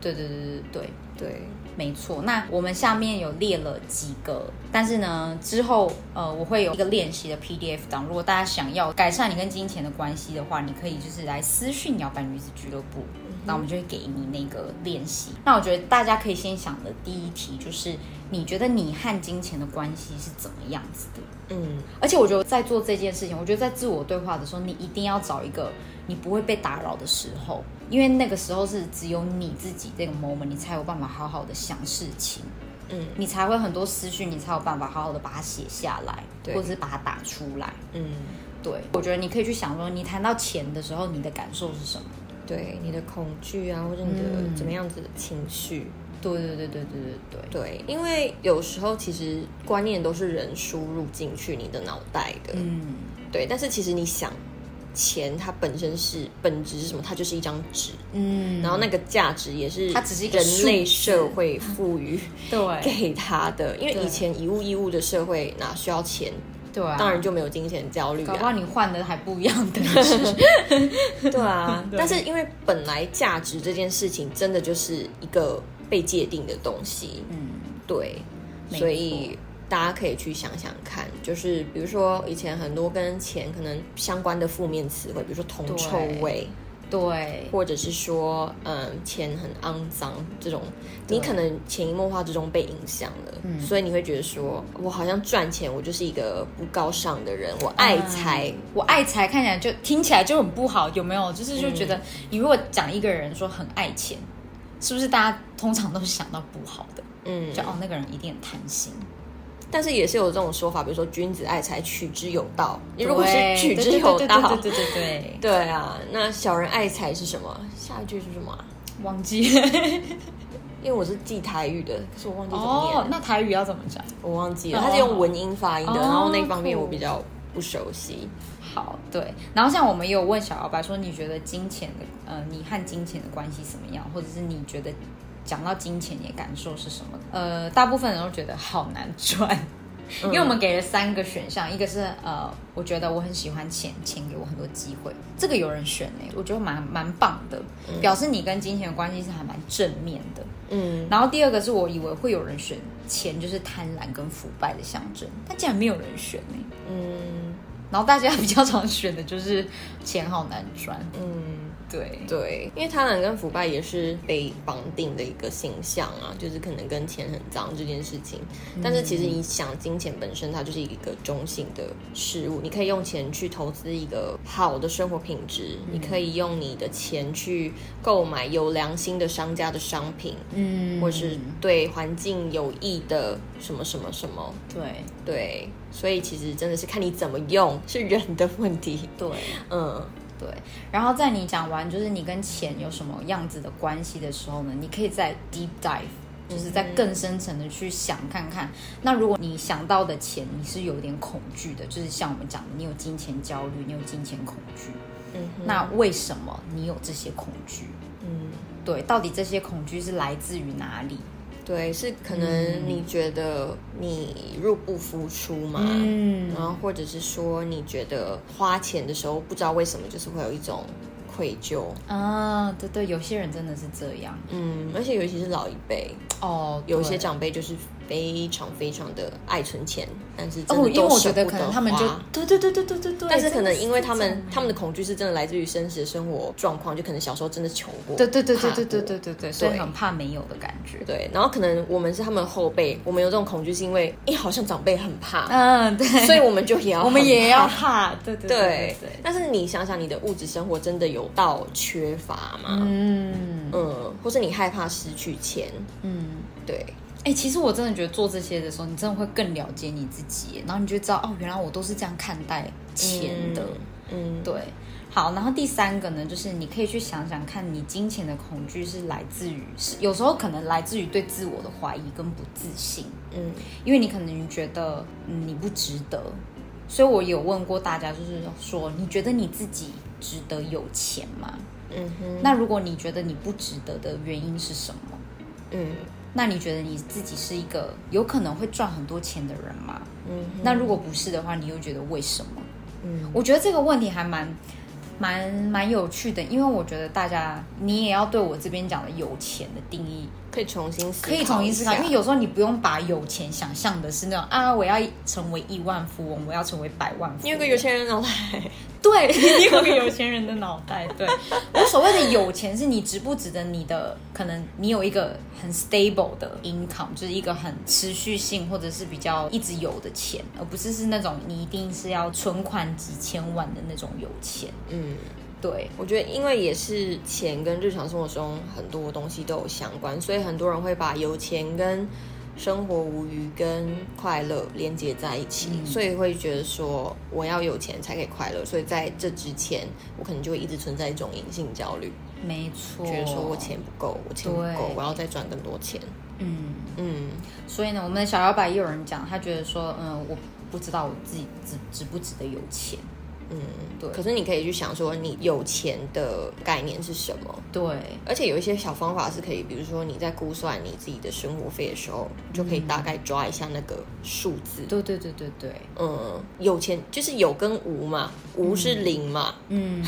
[SPEAKER 2] 对对对对对，
[SPEAKER 3] 对，
[SPEAKER 2] 没错。那我们下面有列了几个，但是呢，之后呃，我会有一个练习的 PDF 档，如果大家想要改善你跟金钱的关系的话，你可以就是来私讯摇摆女子俱乐部。那我们就会给你那个练习。那我觉得大家可以先想的第一题就是，你觉得你和金钱的关系是怎么样子的？
[SPEAKER 3] 嗯
[SPEAKER 2] 而且我觉得在做这件事情，我觉得在自我对话的时候，你一定要找一个你不会被打扰的时候，因为那个时候是只有你自己这个 moment，你才有办法好好的想事情，
[SPEAKER 3] 嗯
[SPEAKER 2] 你才会很多思绪，你才有办法好好的把它写下来，
[SPEAKER 3] 对
[SPEAKER 2] 或者是把它打出来。
[SPEAKER 3] 嗯，
[SPEAKER 2] 对，我觉得你可以去想说，你谈到钱的时候，你的感受是什么？
[SPEAKER 3] 对，你的恐惧啊，或者
[SPEAKER 2] 嗯
[SPEAKER 3] 你的怎么样子的情绪。
[SPEAKER 2] 对对对对对对对，
[SPEAKER 3] 对，因为有时候其实观念都是人输入进去你的脑袋的，
[SPEAKER 2] 嗯。
[SPEAKER 3] 对。但是其实你想，钱它本身是本质是什么？它就是一张纸，
[SPEAKER 2] 嗯，
[SPEAKER 3] 然后那个价值也是
[SPEAKER 2] 它只是一个
[SPEAKER 3] 人类
[SPEAKER 2] 数字嗯
[SPEAKER 3] 社会赋予
[SPEAKER 2] 对
[SPEAKER 3] 给它的。因为
[SPEAKER 2] 对
[SPEAKER 3] 以前以物易物的社会哪需要钱，
[SPEAKER 2] 对啊，
[SPEAKER 3] 当然就没有金钱焦虑
[SPEAKER 2] 搞不好
[SPEAKER 3] 啊。
[SPEAKER 2] 你换的还不一样的人，
[SPEAKER 3] [LAUGHS] 对啊
[SPEAKER 2] [LAUGHS] 对
[SPEAKER 3] 但是因为本来价值这件事情真的就是一个被界定的东西，
[SPEAKER 2] [LAUGHS] 嗯， [LAUGHS]
[SPEAKER 3] 对，
[SPEAKER 2] 没
[SPEAKER 3] 所以大家可以去想想看，就是比如说以前很多跟钱可能相关的负面词汇，比如说铜臭味，
[SPEAKER 2] 对，
[SPEAKER 3] 或者是说，嗯，钱很肮脏这种，你可能潜移默化之中被影响了，
[SPEAKER 1] 嗯
[SPEAKER 3] 所以你会觉得说，我好像赚钱，我就是一个不高尚的人，我
[SPEAKER 2] 啊
[SPEAKER 3] 爱财，
[SPEAKER 2] 我爱财看起来就听起来就很不好，有没有？就是就觉得你如果讲一个人说很爱钱，是不是大家通常都是想到不好的？
[SPEAKER 3] 嗯
[SPEAKER 2] 就哦，那个人一定很贪心。
[SPEAKER 3] 但是也是有这种说法，比如说君子爱财，取之有道。你
[SPEAKER 2] 对
[SPEAKER 3] 如果是取之
[SPEAKER 2] 对对
[SPEAKER 3] 有
[SPEAKER 2] 对
[SPEAKER 3] 道
[SPEAKER 2] 对，对对对对，
[SPEAKER 3] 对啊，那小人爱财是什么？下一句是什么、啊？
[SPEAKER 2] 忘记了
[SPEAKER 3] 因为我是记台语的，可是我忘记怎么念
[SPEAKER 2] 哦
[SPEAKER 3] 了，，
[SPEAKER 2] 那台语要怎么讲？
[SPEAKER 3] 我忘记了。
[SPEAKER 2] 哦
[SPEAKER 3] 它是用文音发音的，
[SPEAKER 2] 哦
[SPEAKER 3] 然后那方面
[SPEAKER 2] 酷
[SPEAKER 3] 我比较不熟悉。
[SPEAKER 2] 好，对。然后像我们也有问小老板说，你觉得金钱的，呃，你和金钱的关系怎么样？或者是你觉得讲到金钱，你的感受是什么？呃，大部分人都觉得好难赚，因为我们给了三个选项，一个是呃，我觉得我很喜欢钱，钱给我很多机会，这个有人选呢、我觉得蛮蛮棒的，表示你跟金钱的关系是还蛮正面的。
[SPEAKER 3] 嗯，
[SPEAKER 2] 然后第二个是我以为会有人选钱，就是贪婪跟腐败的象征，但竟然没有人选呢、
[SPEAKER 3] 嗯
[SPEAKER 2] 然后大家比较常选的就是钱好难赚，
[SPEAKER 3] 嗯，
[SPEAKER 2] 对，
[SPEAKER 3] 对，因为贪婪跟腐败也是被绑定的一个形象啊，就是可能跟钱很脏这件事情。但是其实你想，金钱本身它就是一个中性的事物，你可以用钱去投资一个好的生活品质，你可以用你的钱去购买有良心的商家的商品，
[SPEAKER 2] 嗯
[SPEAKER 3] 或是对环境有益的什么什么什么。
[SPEAKER 2] 对
[SPEAKER 3] 对，所以其实真的是看你怎么用，是人的问题。
[SPEAKER 2] 对
[SPEAKER 3] 嗯。
[SPEAKER 2] 对。然后在你讲完就是你跟钱有什么样子的关系的时候呢，你可以再 deep dive。就是在更深层的去想看看，那如果你想到的钱你是有点恐惧的，就是像我们讲的，你有金钱焦虑，你有金钱恐惧，
[SPEAKER 3] 嗯哼
[SPEAKER 2] 那为什么你有这些恐惧？
[SPEAKER 3] 嗯
[SPEAKER 2] 对，到底这些恐惧是来自于哪里？
[SPEAKER 3] 对，是可能你觉得你入不敷出嘛，
[SPEAKER 2] 嗯
[SPEAKER 3] 然后或者是说你觉得花钱的时候不知道为什么就是会有一种愧疚，
[SPEAKER 2] 啊，对对，有些人真的是这样
[SPEAKER 3] 嗯，而且尤其是老一辈，
[SPEAKER 2] 哦，
[SPEAKER 3] 有一些
[SPEAKER 2] 对
[SPEAKER 3] 长辈就是非常非常的爱存钱，但是真
[SPEAKER 2] 哦，
[SPEAKER 3] 的
[SPEAKER 2] 因为
[SPEAKER 3] 都
[SPEAKER 2] 我
[SPEAKER 3] 舍
[SPEAKER 2] 觉得
[SPEAKER 3] 不
[SPEAKER 2] 可
[SPEAKER 3] 得
[SPEAKER 2] 能他们就
[SPEAKER 3] 花
[SPEAKER 2] 对对对对对对对，
[SPEAKER 3] 但是可
[SPEAKER 2] 真的
[SPEAKER 3] 能因为他们
[SPEAKER 2] 这
[SPEAKER 3] 他
[SPEAKER 2] 样
[SPEAKER 3] 们的恐惧是真的来自于真实的生活状况，就可能小时候真的穷过，
[SPEAKER 2] 对对对对
[SPEAKER 3] 怕
[SPEAKER 2] 对对
[SPEAKER 3] 过
[SPEAKER 2] 对对对，所以
[SPEAKER 3] 对
[SPEAKER 2] 很怕没有的感
[SPEAKER 3] [LAUGHS]
[SPEAKER 2] 觉。
[SPEAKER 3] 对，然后可能我们是他们的后辈，我们有这种恐惧是因为，哎，好像长辈很怕，
[SPEAKER 2] 嗯，对，
[SPEAKER 3] 所以我们就也要
[SPEAKER 2] [LAUGHS] 我们也要 [LAUGHS]
[SPEAKER 3] 很怕
[SPEAKER 2] 怕，对对
[SPEAKER 3] 对
[SPEAKER 2] 对对，
[SPEAKER 3] 但是你想想，你的物质生活真的有到缺乏吗？嗯
[SPEAKER 2] 嗯
[SPEAKER 3] 或是你害怕失去钱？
[SPEAKER 2] 嗯。
[SPEAKER 3] 对，
[SPEAKER 2] 哎、其实我真的觉得做这些的时候，你真的会更了解你自己，然后你就知道哦，原来我都是这样看待钱的。
[SPEAKER 3] 嗯，
[SPEAKER 2] 对，好，然后第三个呢，就是你可以去想想看，你金钱的恐惧是来自于，是有时候可能来自于对自我的怀疑跟不自信。
[SPEAKER 3] 嗯
[SPEAKER 2] 因为你可能觉得、嗯、你不值得，所以我有问过大家，就是说你觉得你自己值得有钱吗？
[SPEAKER 3] 嗯哼，
[SPEAKER 2] 那如果你觉得你不值得的原因是什么？
[SPEAKER 3] 嗯
[SPEAKER 2] 那你觉得你自己是一个有可能会赚很多钱的人吗？
[SPEAKER 3] 嗯哼
[SPEAKER 2] 那如果不是的话，你又觉得为什么？
[SPEAKER 3] 嗯
[SPEAKER 2] 我觉得这个问题还蛮。蛮蛮有趣的，因为我觉得大家你也要对我这边讲的有钱的定义
[SPEAKER 3] 可以重新思考
[SPEAKER 2] 可以重新思考，
[SPEAKER 3] 一下
[SPEAKER 2] 因为有时候你不用把有钱想象的是那种啊，我要成为亿万富翁，我要成为百万富翁。
[SPEAKER 3] 你有个有钱人脑袋， [LAUGHS]
[SPEAKER 2] 对，你有个有钱人的脑袋。对，我所谓的有钱是你值不值得你的，可能你有一个很 stable 的 income，就是一个很持续性或者是比较一直有的钱，而不是是那种你一定是要存款几千万的那种有钱。
[SPEAKER 3] 嗯。
[SPEAKER 2] 对，
[SPEAKER 3] 我觉得，因为也是钱跟日常生活中很多东西都有相关，所以很多人会把有钱跟生活无余跟快乐连接在一起，所以会觉得说我要有钱才可以快乐，所以在这之前，我可能就会一直存在一种隐性焦虑，
[SPEAKER 2] 没错。
[SPEAKER 3] 觉得说我钱不够，我钱不够
[SPEAKER 2] 对，
[SPEAKER 3] 我要再赚更多钱。
[SPEAKER 2] 嗯。
[SPEAKER 3] 嗯
[SPEAKER 2] 所以呢，我们的小摇摆也有人讲，他觉得说，嗯，我不知道我自己值值不值得有钱。
[SPEAKER 3] 嗯，
[SPEAKER 2] 对
[SPEAKER 3] 可是你可以去想说，你有钱的概念是什么？
[SPEAKER 2] 对，
[SPEAKER 3] 而且有一些小方法是可以，比如说你在估算你自己的生活费的时候，就可以大概抓一下那个数字。
[SPEAKER 2] 对对对对对，
[SPEAKER 3] 嗯，有钱就是有跟无嘛，无是零嘛，
[SPEAKER 2] 嗯，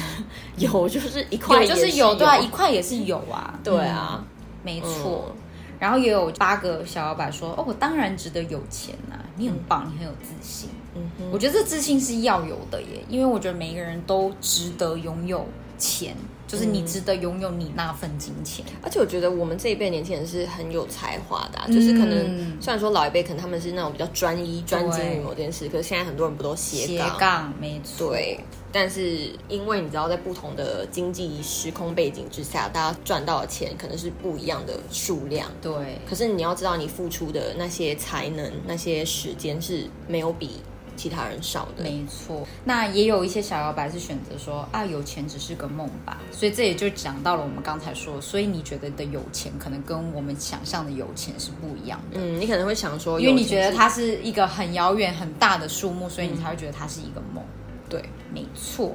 [SPEAKER 3] 有就是一块
[SPEAKER 2] 有
[SPEAKER 3] 也
[SPEAKER 2] 就是是有，对啊，一块也是有啊，
[SPEAKER 3] 对啊，
[SPEAKER 2] 嗯，没错。然后也有八个小摇摆说，哦，我当然值得有钱呐、你很棒，你很有自信。
[SPEAKER 3] 嗯哼，
[SPEAKER 2] 我觉得这自信是要有的耶，因为我觉得每一个人都值得拥有钱，就是
[SPEAKER 3] 嗯
[SPEAKER 2] 你值得拥有你那份金钱。
[SPEAKER 3] 而且我觉得我们这一辈年轻人是很有才华的啊、就是可能、
[SPEAKER 2] 嗯
[SPEAKER 3] 虽然说老一辈可能他们是那种比较专一、专精于某件事，可是现在很多人不都斜
[SPEAKER 2] 斜
[SPEAKER 3] 杠？
[SPEAKER 2] 杠，没错。
[SPEAKER 3] 对，但是因为你知道，在不同的经济时空背景之下，大家赚到的钱可能是不一样的数量。
[SPEAKER 2] 对，
[SPEAKER 3] 可是你要知道，你付出的那些才能、那些时间是没有比其他人少的。
[SPEAKER 2] 没错，那也有一些小摇摆是选择说啊，有钱只是个梦吧，所以这也就讲到了我们刚才说，所以你觉得的有钱可能跟我们想象的有钱是不一样的，
[SPEAKER 3] 嗯，你可能会想说，
[SPEAKER 2] 因为
[SPEAKER 3] 有
[SPEAKER 2] 你
[SPEAKER 3] 钱
[SPEAKER 2] 觉得
[SPEAKER 3] 是
[SPEAKER 2] 它是一个很遥远很大的数目，所以你才会觉得它是一个梦。
[SPEAKER 3] 对，
[SPEAKER 2] 没错。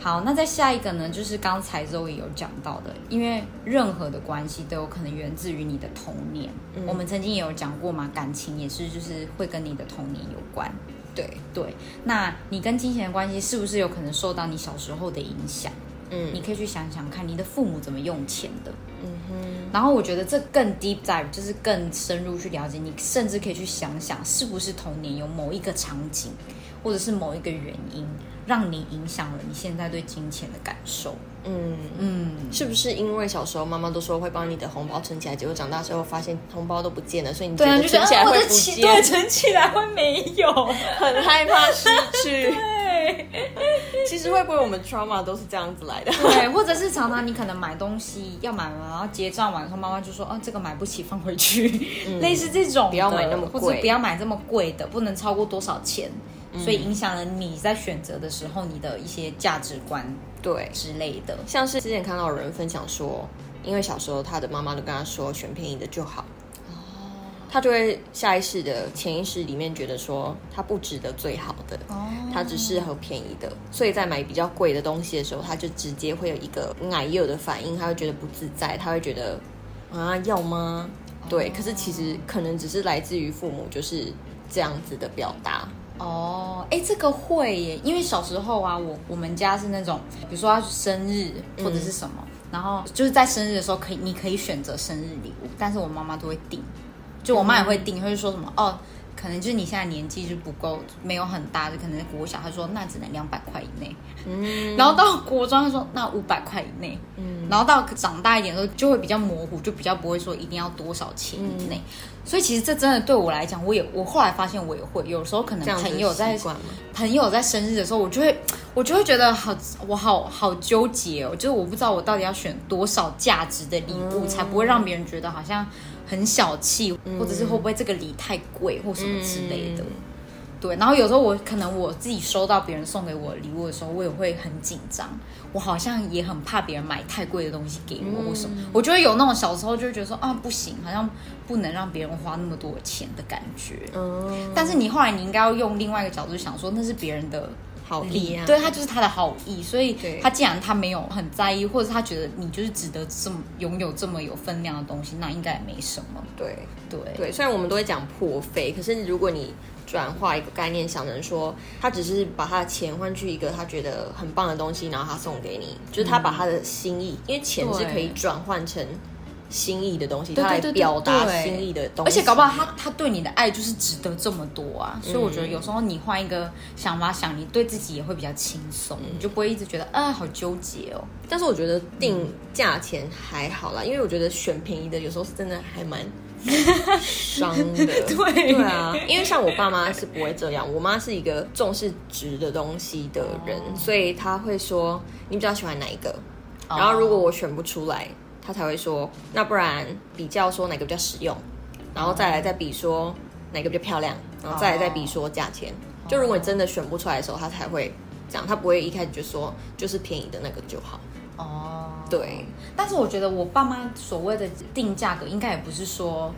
[SPEAKER 2] 好，那再下一个呢，就是刚才 Zoe 有讲到的，因为任何的关系都有可能源自于你的童年。我们曾经也有讲过嘛，感情也是就是会跟你的童年有关。
[SPEAKER 3] 对，
[SPEAKER 2] 对，那你跟金钱的关系是不是有可能受到你小时候的影响？
[SPEAKER 3] 嗯
[SPEAKER 2] 你可以去想想看，你的父母怎么用钱的。
[SPEAKER 3] 嗯哼，
[SPEAKER 2] 然后我觉得这更 deep dive，就是更深入去了解你，甚至可以去想想，是不是童年有某一个场景，或者是某一个原因，让你影响了你现在对金钱的感受。
[SPEAKER 3] 嗯。
[SPEAKER 2] 嗯，
[SPEAKER 3] 是不是因为小时候妈妈都说会帮你的红包存起来，结果长大之后发现红包都不见了，所以你觉
[SPEAKER 2] 对啊，
[SPEAKER 3] 得
[SPEAKER 2] 就觉
[SPEAKER 3] 存
[SPEAKER 2] 得
[SPEAKER 3] 起
[SPEAKER 2] 啊
[SPEAKER 3] 来
[SPEAKER 2] 我
[SPEAKER 3] 会
[SPEAKER 2] 的
[SPEAKER 3] 不
[SPEAKER 2] 起
[SPEAKER 3] 见，
[SPEAKER 2] 对存起来会没有。
[SPEAKER 3] 很害怕失去。
[SPEAKER 2] [LAUGHS] 对
[SPEAKER 3] 其实会不会我们 trauma 都是这样子来的？
[SPEAKER 2] 对，或者是常常你可能买东西要买完，然后结账完的时候，妈妈就说：“哦，这个买不起，放回去。 [LAUGHS] 类似这种的，
[SPEAKER 3] 嗯不要买那么贵嗯
[SPEAKER 2] 或者不要买这么贵的，不能超过多少钱，所以影响了你在选择的时候你的一些价值观
[SPEAKER 3] 对，
[SPEAKER 2] 之类的。
[SPEAKER 3] 像是之前看到有人分享说，因为小时候他的妈妈都跟他说选便宜的就好，他就会下意识的潜意识里面觉得说他不值得最好的，
[SPEAKER 2] 哦，
[SPEAKER 3] 他只适合便宜的，所以在买比较贵的东西的时候，他就直接会有一个矮幼的反应，他会觉得不自在，他会觉得啊要吗？
[SPEAKER 2] 哦
[SPEAKER 3] 对，可是其实可能只是来自于父母就是这样子的表达，
[SPEAKER 2] 哦，哎，这个会耶，因为小时候啊，我我们家是那种，比如说要生日或
[SPEAKER 3] 嗯
[SPEAKER 2] 者是什么，然后就是在生日的时候可以，你可以选择生日礼物，但是我妈妈都会订，就我妈也会订，会说什么哦。可能就是你现在年纪就不够，没有很大，就可能国小，她说那只能两百块以内，
[SPEAKER 3] 嗯
[SPEAKER 2] 然后到国中她说那五百块以内，
[SPEAKER 3] 嗯
[SPEAKER 2] 然后到长大一点的时候就会比较模糊，就比较不会说一定要多少钱以内。
[SPEAKER 3] 嗯
[SPEAKER 2] 所以其实这真的对我来讲，我也我后来发现我也会，有时候可能
[SPEAKER 3] 这样子
[SPEAKER 2] 朋友在
[SPEAKER 3] 习惯吗？
[SPEAKER 2] 朋友在生日的时候，我就会我就会觉得好，我好好纠结哦，就是我不知道我到底要选多少价值的礼物，才不会让别人觉得好像很小气，或者是会不会这个礼太贵或什么之类的。
[SPEAKER 3] 嗯
[SPEAKER 2] 对，然后有时候我可能我自己收到别人送给我的礼物的时候，我也会很紧张，我好像也很怕别人买太贵的东西给我或什
[SPEAKER 3] 嗯
[SPEAKER 2] 么，我就会有那种小时候就会觉得说啊不行，好像不能让别人花那么多钱的感觉。
[SPEAKER 3] 嗯，
[SPEAKER 2] 但是你后来你应该要用另外一个角度想说，那是别人的
[SPEAKER 3] 好
[SPEAKER 2] 礼
[SPEAKER 3] 意啊，
[SPEAKER 2] 嗯对他就是他的好意，所以
[SPEAKER 3] 对
[SPEAKER 2] 他既然他没有很在意，或者他觉得你就是值得这么拥有这么有分量的东西，那应该也没什么。
[SPEAKER 3] 对
[SPEAKER 2] 对，
[SPEAKER 3] 对，虽然我们都会讲破费，可是如果你转化一个概念，想成说他只是把他的钱换去一个他觉得很棒的东西，然后他送给你，就是他把
[SPEAKER 2] 嗯
[SPEAKER 3] 他的心意，因为钱是可以转换成心意的东西，
[SPEAKER 2] 对
[SPEAKER 3] 他来
[SPEAKER 2] 对对对
[SPEAKER 3] 表达
[SPEAKER 2] 对
[SPEAKER 3] 心意的东
[SPEAKER 2] 而
[SPEAKER 3] 西，
[SPEAKER 2] 且搞不好他他对你的爱就是值得这么多啊，所以我觉得有时候你换一个想法想，你对自己也会比较轻松，
[SPEAKER 3] 嗯
[SPEAKER 2] 你就不会一直觉得啊好纠结哦。
[SPEAKER 3] 但是我觉得定价钱还好啦，因为我觉得选便宜的有时候是真的还蛮伤的。
[SPEAKER 2] 对
[SPEAKER 3] 对啊，因为像我爸妈是不会这样，我妈是一个重视值的东西的人，所以她会说你比较喜欢哪一个，然后如果我选不出来，她才会说那不然比较说哪个比较实用，然后再来再比说哪个比较漂亮，然后再来再比说价钱。就如果你真的选不出来的时候，她才会这样，她不会一开始就说就是便宜的那个就好。
[SPEAKER 2] 哦，
[SPEAKER 3] 对，
[SPEAKER 2] 但是我觉得我爸妈所谓的定价格，应该也不是说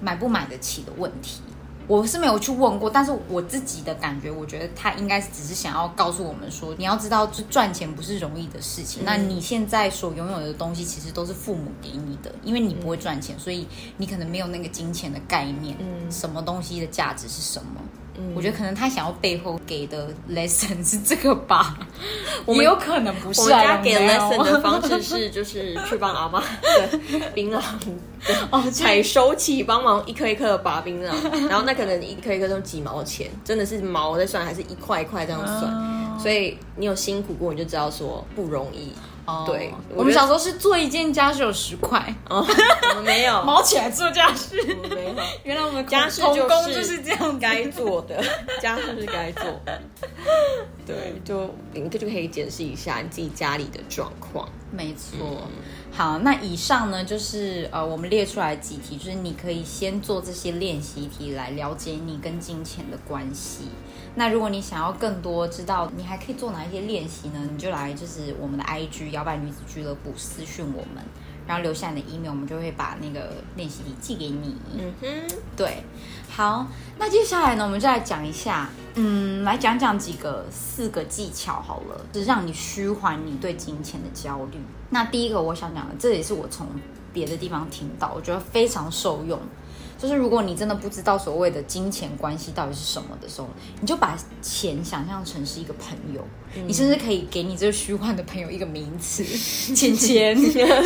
[SPEAKER 2] 买不买得起的问题。我是没有去问过，但是我自己的感觉，我觉得他应该只是想要告诉我们说，你要知道，就赚钱不是容易的事
[SPEAKER 3] 嗯
[SPEAKER 2] 情。那你现在所拥有的东西，其实都是父母给你的，因为你不会赚钱，所以你可能没有那个金钱的概念，什么东西的价值是什么。
[SPEAKER 3] 嗯
[SPEAKER 2] 我觉得可能他想要背后给的 [LAUGHS] lesson 是这个吧，
[SPEAKER 3] 我们
[SPEAKER 2] 也有可能不
[SPEAKER 3] 我
[SPEAKER 2] 是
[SPEAKER 3] 们
[SPEAKER 2] 啊。
[SPEAKER 3] 家给
[SPEAKER 2] 有没有
[SPEAKER 3] lesson 的方式是，就是去帮阿妈的 [LAUGHS] 槟榔
[SPEAKER 2] 哦，这样
[SPEAKER 3] 采收器帮忙一颗一颗的拔槟榔，然后那可能一颗一颗都几毛钱，真的是毛在算，还是一块一块这样算。所以你有辛苦过，你就知道说不容易。
[SPEAKER 2] 哦
[SPEAKER 3] 对我
[SPEAKER 2] 我们嗯
[SPEAKER 3] 觉
[SPEAKER 2] 小
[SPEAKER 3] 得
[SPEAKER 2] 时候是做一件家事有十块，
[SPEAKER 3] 哦，我们没有，我
[SPEAKER 2] [LAUGHS] 毛起来做家事。
[SPEAKER 3] 们没有，
[SPEAKER 2] [LAUGHS] 原来我们
[SPEAKER 3] 家事
[SPEAKER 2] 童
[SPEAKER 3] 就
[SPEAKER 2] 工
[SPEAKER 3] 是
[SPEAKER 2] 就是这样子
[SPEAKER 3] 该
[SPEAKER 2] [LAUGHS]
[SPEAKER 3] 做的，家事是该做的。对，就你就可以检视一下你自己家里的状况。
[SPEAKER 2] 没错。
[SPEAKER 3] 嗯
[SPEAKER 2] 好，那以上呢就是呃我们列出来几题，就是你可以先做这些练习题来了解你跟金钱的关系。那如果你想要更多知道，你还可以做哪一些练习呢？你就来就是我们的 IG 摇摆女子俱乐部私讯我们，然后留下你的 email，我们就会把那个练习题寄给你。
[SPEAKER 3] 嗯哼，
[SPEAKER 2] 对，好，那接下来呢，我们就来讲一下，嗯，来讲讲几个四个技巧好了，是让你虚缓你对金钱的焦虑。那第一个我想讲的，这也是我从别的地方听到，我觉得非常受用。就是如果你真的不知道所谓的金钱关系到底是什么的时候，你就把钱想象成是一个朋友，你甚至可以给你这个虚幻的朋友一个名词，钱钱、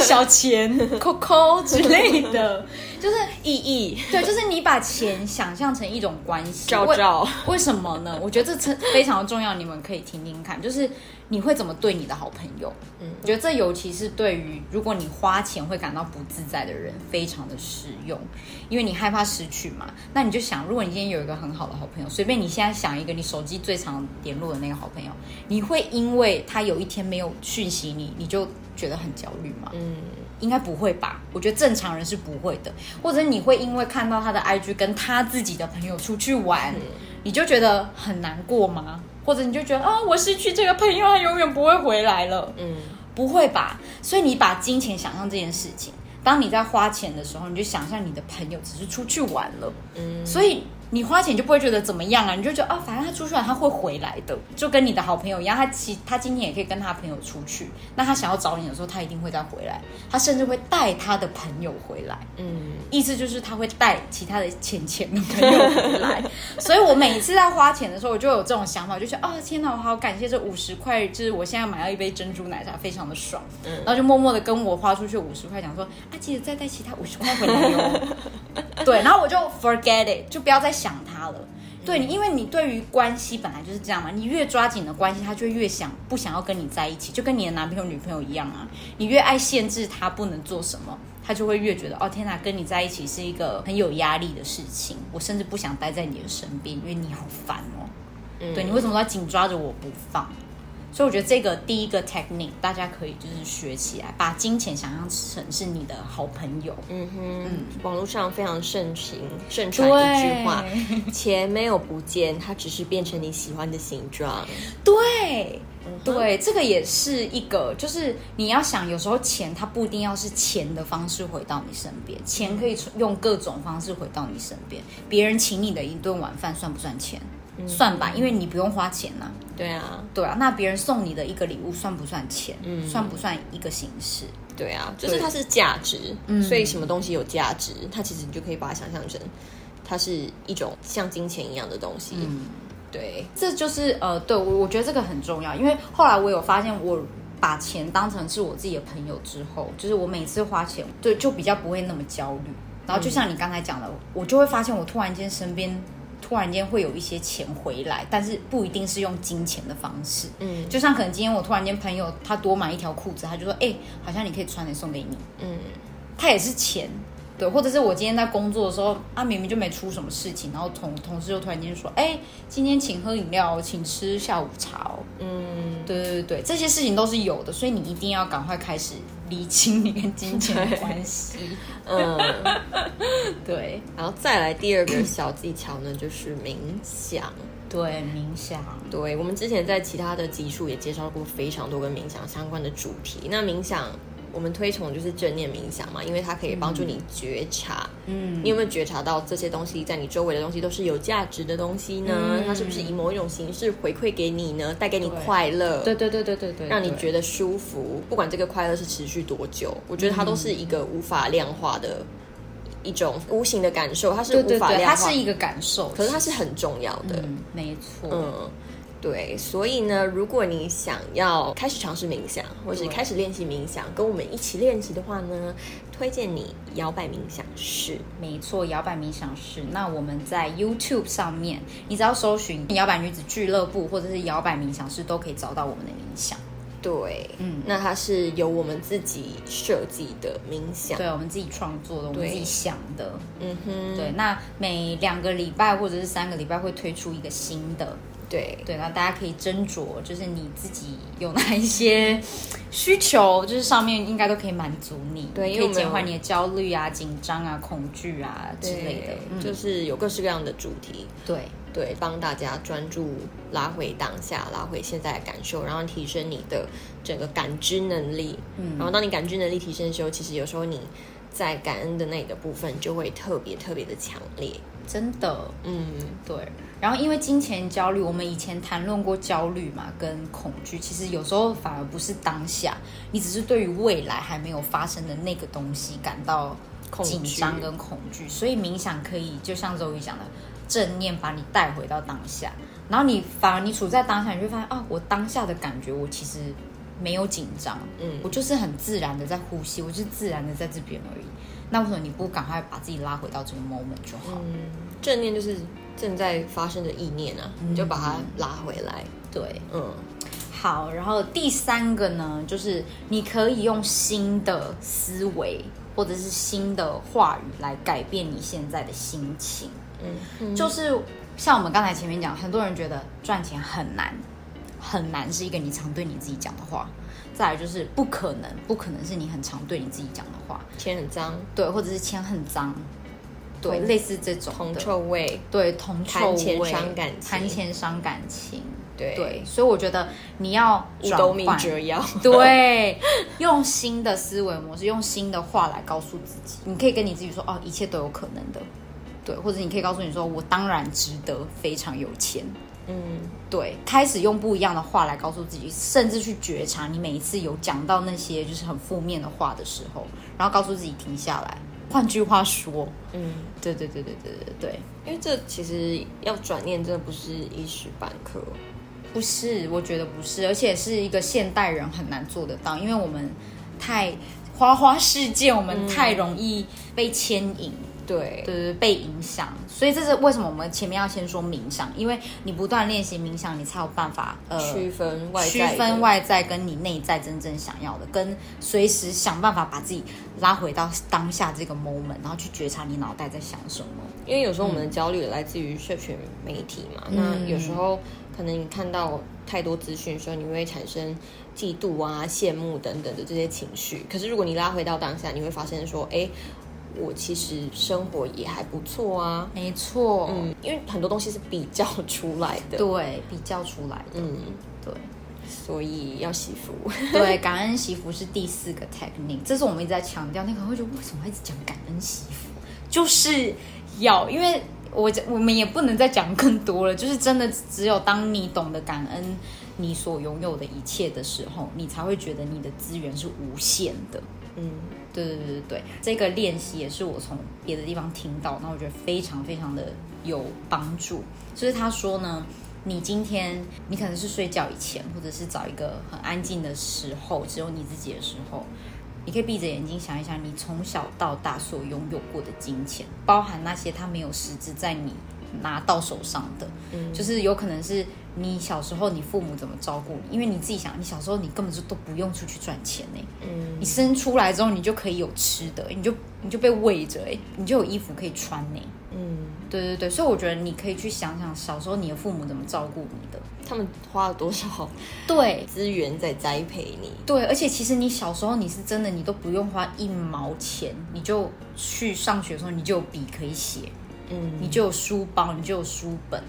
[SPEAKER 2] 小钱、Coco 之类的，就是
[SPEAKER 3] 意义
[SPEAKER 2] 对，就是你把钱想象成一种关
[SPEAKER 3] [LAUGHS]
[SPEAKER 2] 系，
[SPEAKER 3] 照照。
[SPEAKER 2] [LAUGHS] 为为什么呢？我觉得这真非常重要，你们可以听听看，就是你会怎么对你的好朋友。嗯
[SPEAKER 3] 嗯，
[SPEAKER 2] 我觉得这尤其是对于如果你花钱会感到不自在的人，非常的适用，因为你害怕失去嘛。那你就想，如果你今天有一个很好的好朋友，随便你现在想一个你手机最常联络的那个好朋友，你会因为他有一天没有讯息你，你就觉得很焦虑吗？
[SPEAKER 3] 嗯，
[SPEAKER 2] 应该不会吧？我觉得正常人是不会的，或者你会因为看到他的 IG 跟他自己的朋友出去玩，你就觉得很难过吗？或者你就觉得啊，我失去这个朋友，他永远不会回来了。
[SPEAKER 3] 嗯，
[SPEAKER 2] 不会吧？所以你把金钱想象这件事情，当你在花钱的时候，你就想象你的朋友只是出去玩了，嗯，所以你花钱就不会觉得怎么样啊，你就觉得啊，反正他出去玩他会回来的，就跟你的好朋友一样，他其他今天也可以跟他朋友出去，那他想要找你的时候，他一定会再回来，他甚至会带他的朋友回来，
[SPEAKER 3] 嗯，
[SPEAKER 2] 意思就是他会带其他的钱钱的朋友回来，所以我每次在花钱的时候，我就有这种想法，我就觉得哦天哪，我好感谢这五十块，就是我现在买到一杯珍珠奶茶，非常的爽。然后就默默的跟我花出去五十块，讲说啊，记得再带其他五十块回来哟。对，然后我就 forget it，就不要再想它了。对你，因为你对于关系本来就是这样嘛，你越抓紧的关系，他就越想不想要跟你在一起，就跟你的男朋友女朋友一样啊，你越爱限制他不能做什么，他就会越觉得哦天哪，跟你在一起是一个很有压力的事情，我甚至不想待在你的身边，因为你好烦哦。对你为什么都要紧抓着我不放？所以我觉得这个第一个 technique 大家可以就是学起来，把金钱想象成是你的好朋友。
[SPEAKER 3] 嗯哼，网络上非常盛行盛传一句话：钱没有不见，它只是变成你喜欢的形状。
[SPEAKER 2] 对，对，这个也是一个，就是你要想，有时候钱它不一定要是钱的方式回到你身边，钱可以用各种方式回到你身边。别人请你的一顿晚饭算不算钱？算吧，因为你不用花钱呐、
[SPEAKER 3] 对啊，
[SPEAKER 2] 对啊，那别人送你的一个礼物算不算钱？
[SPEAKER 3] 嗯
[SPEAKER 2] 算不算一个形式？
[SPEAKER 3] 对啊，就是
[SPEAKER 2] 对
[SPEAKER 3] 它是价值
[SPEAKER 2] 嗯，
[SPEAKER 3] 所以什么东西有价值，它其实你就可以把它想象成。它是一种像金钱一样的东西，
[SPEAKER 2] 嗯。
[SPEAKER 3] 对，
[SPEAKER 2] 这就是呃，对我我觉得这个很重要，因为后来我有发现，我把钱当成是我自己的朋友之后，就是我每次花钱，对，就比较不会那么焦虑。然后就像你刚才讲的，我就会发现我突然间身边突然间会有一些钱回来，但是不一定是用金钱的方式。
[SPEAKER 3] 嗯
[SPEAKER 2] 就像可能今天我突然间朋友他多买一条裤子，他就说：“哎、好像你可以穿，你送给你。”
[SPEAKER 3] 嗯
[SPEAKER 2] 它也是钱，对，或者是我今天在工作的时候，啊，明明就没出什么事情，然后同同事就突然间说，哎，今天请喝饮料哦，请吃下午茶哦，
[SPEAKER 3] 嗯，
[SPEAKER 2] 对对对对，这些事情都是有的，所以你一定要赶快开始理清你跟金钱的关系，
[SPEAKER 3] [LAUGHS] 嗯，
[SPEAKER 2] 对
[SPEAKER 3] 然后再来第二个小技巧呢，就是冥想。
[SPEAKER 2] 对，冥想，
[SPEAKER 3] 对，我们之前在其他的集数也介绍过非常多跟冥想相关的主题。那冥想，我们推崇就是正念冥想嘛，因为它可以帮助你觉察。
[SPEAKER 2] 嗯
[SPEAKER 3] 你有没有觉察到这些东西在你周围的东西都是有价值的东西呢？
[SPEAKER 2] 嗯
[SPEAKER 3] 它是不是以某一种形式回馈给你呢？带给你
[SPEAKER 2] 对
[SPEAKER 3] 快乐？
[SPEAKER 2] 对对对对对对，
[SPEAKER 3] 让你
[SPEAKER 2] 对
[SPEAKER 3] 觉得舒
[SPEAKER 2] 嗯
[SPEAKER 3] 服，不管这个快乐是持续多久，我觉得它都是一个无法量化的一种无形的感受，它是
[SPEAKER 2] 对
[SPEAKER 3] 无
[SPEAKER 2] 对
[SPEAKER 3] 法量
[SPEAKER 2] 对，
[SPEAKER 3] 化，
[SPEAKER 2] 它是一个感受，
[SPEAKER 3] 可是它是很重要的。
[SPEAKER 2] 嗯，没错，
[SPEAKER 3] 嗯，对，所以呢，如果你想要开始尝试冥想，或是
[SPEAKER 2] 对
[SPEAKER 3] 开始练习冥想，跟我们一起练习的话呢，推荐你摇摆冥想室。
[SPEAKER 2] 没错，摇摆冥想室。那我们在 YouTube 上面，你只要搜寻“摇摆女子俱乐部”或者是“摇摆冥想室”，都可以找到我们的冥想。
[SPEAKER 3] 对，
[SPEAKER 2] 嗯，
[SPEAKER 3] 那它是由我们自己设计的冥想。
[SPEAKER 2] 对，我们自己创作的，我们
[SPEAKER 3] 对
[SPEAKER 2] 自己想的。
[SPEAKER 3] 嗯哼，
[SPEAKER 2] 对，那每两个礼拜或者是三个礼拜会推出一个新的。
[SPEAKER 3] 对
[SPEAKER 2] 对，那大家可以斟酌，就是你自己有哪一些 [LAUGHS] 需求，就是上面应该都可以满足你，
[SPEAKER 3] 对因为
[SPEAKER 2] 可以
[SPEAKER 3] 我们
[SPEAKER 2] 减
[SPEAKER 3] 有
[SPEAKER 2] 缓你的焦虑啊、紧张啊、恐惧啊之
[SPEAKER 3] 之类
[SPEAKER 2] 类的
[SPEAKER 3] 的。，
[SPEAKER 2] 嗯，
[SPEAKER 3] 就是有各式各样的主题。
[SPEAKER 2] 对，
[SPEAKER 3] 对，帮大家专注拉回当下，拉回现在的感受，然后提升你的整个感知能力。
[SPEAKER 2] 嗯
[SPEAKER 3] 然后当你感知能力提升的时候，其实有时候你在感恩的那个部分就会特别特别的强烈。
[SPEAKER 2] 真的，
[SPEAKER 3] 嗯，
[SPEAKER 2] 对，然后因为金钱焦虑，我们以前谈论过焦虑嘛，跟恐惧，其实有时候反而不是当下，你只是对于未来还没有发生的那个东西感到
[SPEAKER 3] 恐
[SPEAKER 2] 紧
[SPEAKER 3] 惧
[SPEAKER 2] 张跟恐惧，所以冥想可以就像周瑜讲的，正念把你带回到当下，然后你反而你处在当下，你就发现啊，我当下的感觉，我其实没有紧张，
[SPEAKER 3] 嗯
[SPEAKER 2] 我就是很自然的在呼吸，我就是自然的在这边而已。那为什么你不赶快把自己拉回到这个 moment 就好？
[SPEAKER 3] 嗯，正念就是正在发生的意念啊，
[SPEAKER 2] 嗯
[SPEAKER 3] 你就把它拉回来。
[SPEAKER 2] 对，
[SPEAKER 3] 嗯，
[SPEAKER 2] 好，然后第三个呢，就是你可以用新的思维或者是新的话语来改变你现在的心情。
[SPEAKER 3] 嗯
[SPEAKER 2] 就是像我们刚才前面讲，很多人觉得赚钱很难，很难是一个你常对你自己讲的话。再来就是不可能，不可能是你很常对你自己讲的话，
[SPEAKER 3] 天很脏，
[SPEAKER 2] 对，或者是钱很脏，对，
[SPEAKER 3] 铜
[SPEAKER 2] 类似这种
[SPEAKER 3] 铜
[SPEAKER 2] 的，
[SPEAKER 3] 臭味。
[SPEAKER 2] 对，铜臭
[SPEAKER 3] 谈
[SPEAKER 2] 味，
[SPEAKER 3] 钱伤感情
[SPEAKER 2] 谈钱伤感情，
[SPEAKER 3] 对
[SPEAKER 2] 对，所以我觉得你要
[SPEAKER 3] 五
[SPEAKER 2] 转
[SPEAKER 3] 斗米
[SPEAKER 2] 换
[SPEAKER 3] 折腰。 [LAUGHS]
[SPEAKER 2] 对，用新的思维模式，用新的话来告诉自己，你可以跟你自己说，哦，一切都有可能的，对，或者你可以告诉你说，我当然值得非常有钱，
[SPEAKER 3] 嗯，
[SPEAKER 2] 对，开始用不一样的话来告诉自己，甚至去觉察你每一次有讲到那些就是很负面的话的时候，然后告诉自己停下来。换句话说，
[SPEAKER 3] 嗯。
[SPEAKER 2] 对对对对对对对，
[SPEAKER 3] 因为这其实要转念，真的不是一时半刻。
[SPEAKER 2] 不是，我觉得不是，而且是一个现代人很难做得到，因为我们太花花世界，我们太容易被牵引，
[SPEAKER 3] 对，
[SPEAKER 2] 对对，对被影响。所以这是为什么我们前面要先说冥想，因为你不断练习冥想，你才有办法呃
[SPEAKER 3] 区分外在
[SPEAKER 2] 区
[SPEAKER 3] 的
[SPEAKER 2] 分外在跟你内在真正想要的，跟随时想办法把自己拉回到当下这个 moment，然后去觉察你脑袋在想什么。
[SPEAKER 3] 因为有时候我们的焦虑来自于社群媒体嘛，
[SPEAKER 2] 嗯
[SPEAKER 3] 那有时候可能你看到太多资讯的时候，你会产生嫉妒啊、羡慕等等的这些情绪。可是如果你拉回到当下，你会发现说，哎，我其实生活也还不错啊。
[SPEAKER 2] 没错，
[SPEAKER 3] 嗯，因为很多东西是比较出来的。，
[SPEAKER 2] 对，比较出来的，
[SPEAKER 3] 嗯，
[SPEAKER 2] 对。
[SPEAKER 3] 所以要惜福。 [LAUGHS]
[SPEAKER 2] 对，感恩惜福是第四个 technique，这是我们一直在强调。那个人会觉得为什么一直讲感恩惜福？就是要，因为我我们也不能再讲更多了，就是真的只有当你懂得感恩你所拥有的一切的时候，你才会觉得你的资源是无限的。
[SPEAKER 3] 嗯，
[SPEAKER 2] 对对对对对，这个练习也是我从别的地方听到，那我觉得非常非常的有帮助。就是他说呢，你今天你可能是睡觉以前，或者是找一个很安静的时候，只有你自己的时候，你可以闭着眼睛想一想，你从小到大所拥有过的金钱，包含那些它没有实质在你拿到手上的，就是有可能是你小时候你父母怎么照顾你，因为你自己想，你小时候你根本就都不用出去赚钱呢、
[SPEAKER 3] 嗯
[SPEAKER 2] 你生出来之后你就可以有吃的，你就你就被喂着，哎，你就有衣服可以穿呢、
[SPEAKER 3] 嗯，
[SPEAKER 2] 对对对，所以我觉得你可以去想想小时候你的父母怎么照顾你的。
[SPEAKER 3] 他们花了多少
[SPEAKER 2] 对
[SPEAKER 3] 资源在栽培你？
[SPEAKER 2] 对，而且其实你小时候你是真的你都不用花一毛钱，你就去上学的时候你就有笔可以写，
[SPEAKER 3] 嗯，
[SPEAKER 2] 你就有书包，你就有书本。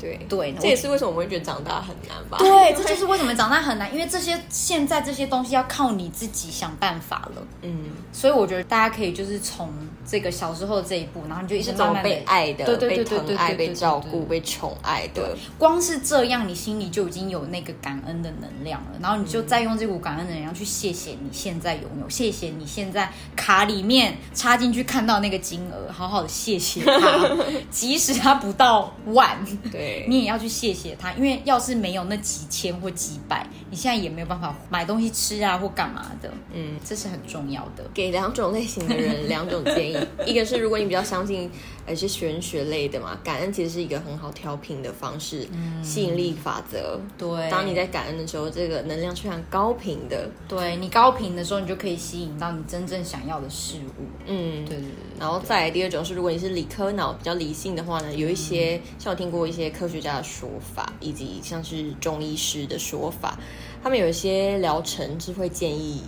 [SPEAKER 3] 对
[SPEAKER 2] 对
[SPEAKER 3] 这也是为什么我们会觉得长大很难吧？
[SPEAKER 2] 对，这就是为什么长大很难，因为这些现在这些东西要靠你自己想办法了。
[SPEAKER 3] 嗯，
[SPEAKER 2] 所以我觉得大家可以就是从这个小时候的这一步，然后你就一直
[SPEAKER 3] 是
[SPEAKER 2] 慢
[SPEAKER 3] 种
[SPEAKER 2] 慢地
[SPEAKER 3] 被爱的、
[SPEAKER 2] 对对
[SPEAKER 3] 被
[SPEAKER 2] 对对对
[SPEAKER 3] 疼爱、
[SPEAKER 2] 对对
[SPEAKER 3] 被照
[SPEAKER 2] 对
[SPEAKER 3] 顾、被宠爱的。
[SPEAKER 2] 光是这样，你心里就已经有那个感恩的能量了，然后你就再用这股感恩的能量去谢谢你现在拥有，谢谢你现在卡里面插进去看到那个金额，好好的谢谢
[SPEAKER 3] [LAUGHS]
[SPEAKER 2] 他，即使他不到万，
[SPEAKER 3] 对，
[SPEAKER 2] 你也要去谢谢他，因为要是没有那几千或几百，你现在也没有办法买东西吃啊或干嘛的，
[SPEAKER 3] 嗯，
[SPEAKER 2] 这是很重要的。
[SPEAKER 3] 给两种类型的人两种建议，一个是如果你比较相信呃是玄学类的嘛，感恩其实是一个很好调频的方式，吸引力法则。
[SPEAKER 2] 对，
[SPEAKER 3] 当你在感恩的时候，这个能量是非常高频的，
[SPEAKER 2] 对你高频的时候，你就可以吸引到你真正想要的事物。
[SPEAKER 3] 嗯，
[SPEAKER 2] 对对对，
[SPEAKER 3] 然后再来第二种是，如果你是理科脑比较理性的话呢，有一些像我听过一些科学家的说法，以及像是中医师的说法，他们有一些疗程是会建议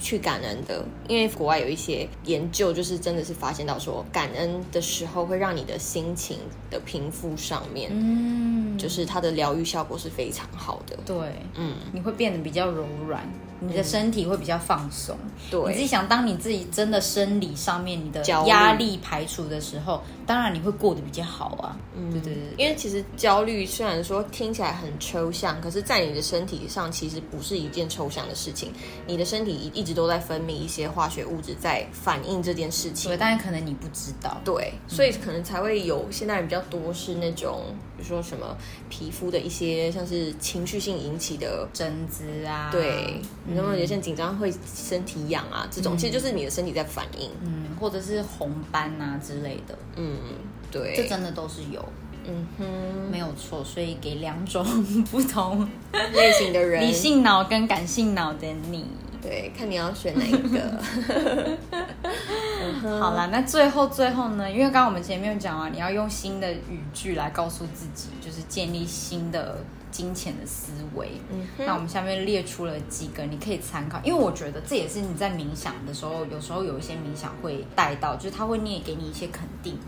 [SPEAKER 3] 去感恩的，因为国外有一些研究就是真的是发现到说，感恩的时候会让你的心情的平复上面，
[SPEAKER 2] 嗯，
[SPEAKER 3] 就是它的疗愈效果是非常好的。
[SPEAKER 2] 对。
[SPEAKER 3] 嗯，
[SPEAKER 2] 你会变得比较柔软，你的身体会比较放松。你自己
[SPEAKER 3] 对，
[SPEAKER 2] 想，当你自己真的生理上面你的
[SPEAKER 3] 焦虑
[SPEAKER 2] 压力排除的时候，当然你会过得比较好啊。嗯，对对对对，
[SPEAKER 3] 因为其实焦虑虽然说听起来很抽象，可是，在你的身体上其实不是一件抽象的事情。你的身体一直都在分泌一些化学物质，在反映这件事
[SPEAKER 2] 对
[SPEAKER 3] 情。
[SPEAKER 2] 但是可能你不知道。
[SPEAKER 3] 对，所以可能才会有现代人比较多是那种，比如说什么皮肤的一些像是情绪性引起的，
[SPEAKER 2] 针织啊，
[SPEAKER 3] 对，那么有些人紧张会身体痒啊，这种其实就是你的身体在反应。
[SPEAKER 2] 嗯，或者是红斑啊之类的，
[SPEAKER 3] 嗯，
[SPEAKER 2] 这
[SPEAKER 3] 对，
[SPEAKER 2] 真的都是有，
[SPEAKER 3] 嗯哼，
[SPEAKER 2] 没有错。所以给两种 [LAUGHS] 不同
[SPEAKER 3] [LAUGHS] 类型的人
[SPEAKER 2] 理性脑跟感性脑的你。
[SPEAKER 3] 对，看你要选哪一个。
[SPEAKER 2] 好啦，那最后最后呢？因为刚刚我们前面有讲啊，你要用新的语句来告诉自己，就是建立新的金钱的思维。
[SPEAKER 3] 嗯
[SPEAKER 2] 那我们下面列出了几个你可以参考，因为我觉得这也是你在冥想的时候，有时候有一些冥想会带到，就是他会念给你一些肯定语，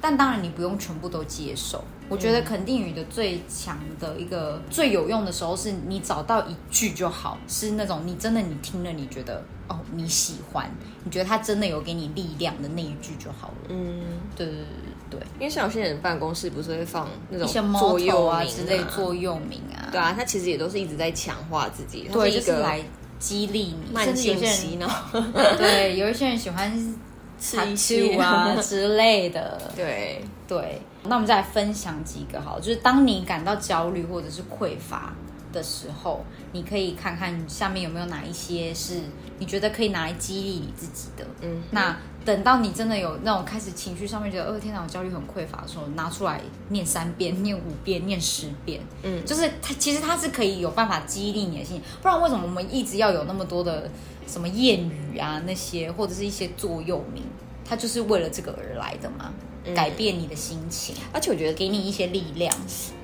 [SPEAKER 2] 但当然你不用全部都接受。我觉得肯定语的最强的一个最有用的时候，是你找到一句就好，是那种你真的你听了你觉得哦你喜欢，你觉得它真的有给你力量的那一句就好了。
[SPEAKER 3] 嗯。
[SPEAKER 2] 对对对对对
[SPEAKER 3] 因为像有些人办公室不是会放那
[SPEAKER 2] 一些
[SPEAKER 3] 种
[SPEAKER 2] 猫
[SPEAKER 3] 座右
[SPEAKER 2] 头
[SPEAKER 3] 铭
[SPEAKER 2] 啊之类座右铭啊，
[SPEAKER 3] 对啊，他其实也都是一直在强化自己，它
[SPEAKER 2] 对，
[SPEAKER 3] 一
[SPEAKER 2] 就是来
[SPEAKER 3] 个
[SPEAKER 2] 激励你，
[SPEAKER 3] 慢
[SPEAKER 2] 甚至有
[SPEAKER 3] 性
[SPEAKER 2] 些人
[SPEAKER 3] 洗脑，
[SPEAKER 2] [LAUGHS] 对，有一些人喜欢 [LAUGHS]
[SPEAKER 3] 吃一些
[SPEAKER 2] tattoo [LAUGHS] 啊之类的。
[SPEAKER 3] 对，
[SPEAKER 2] 对，那我们再来分享几个好了，就是当你感到焦虑或者是匮乏的时候，你可以看看下面有没有哪一些是你觉得可以拿来激励你自己的。
[SPEAKER 3] 嗯，
[SPEAKER 2] 那等到你真的有那种开始情绪上面觉得，哦天哪，我焦虑很匮乏的时候，拿出来念三遍、念五遍、念十遍，
[SPEAKER 3] 嗯
[SPEAKER 2] 就是它其实它是可以有办法激励你的心，不然为什么我们一直要有那么多的什么谚语啊那些，或者是一些座右铭，它就是为了这个而来的嘛，改变你的心情，
[SPEAKER 3] 而且我觉得，
[SPEAKER 2] 给你一些力量。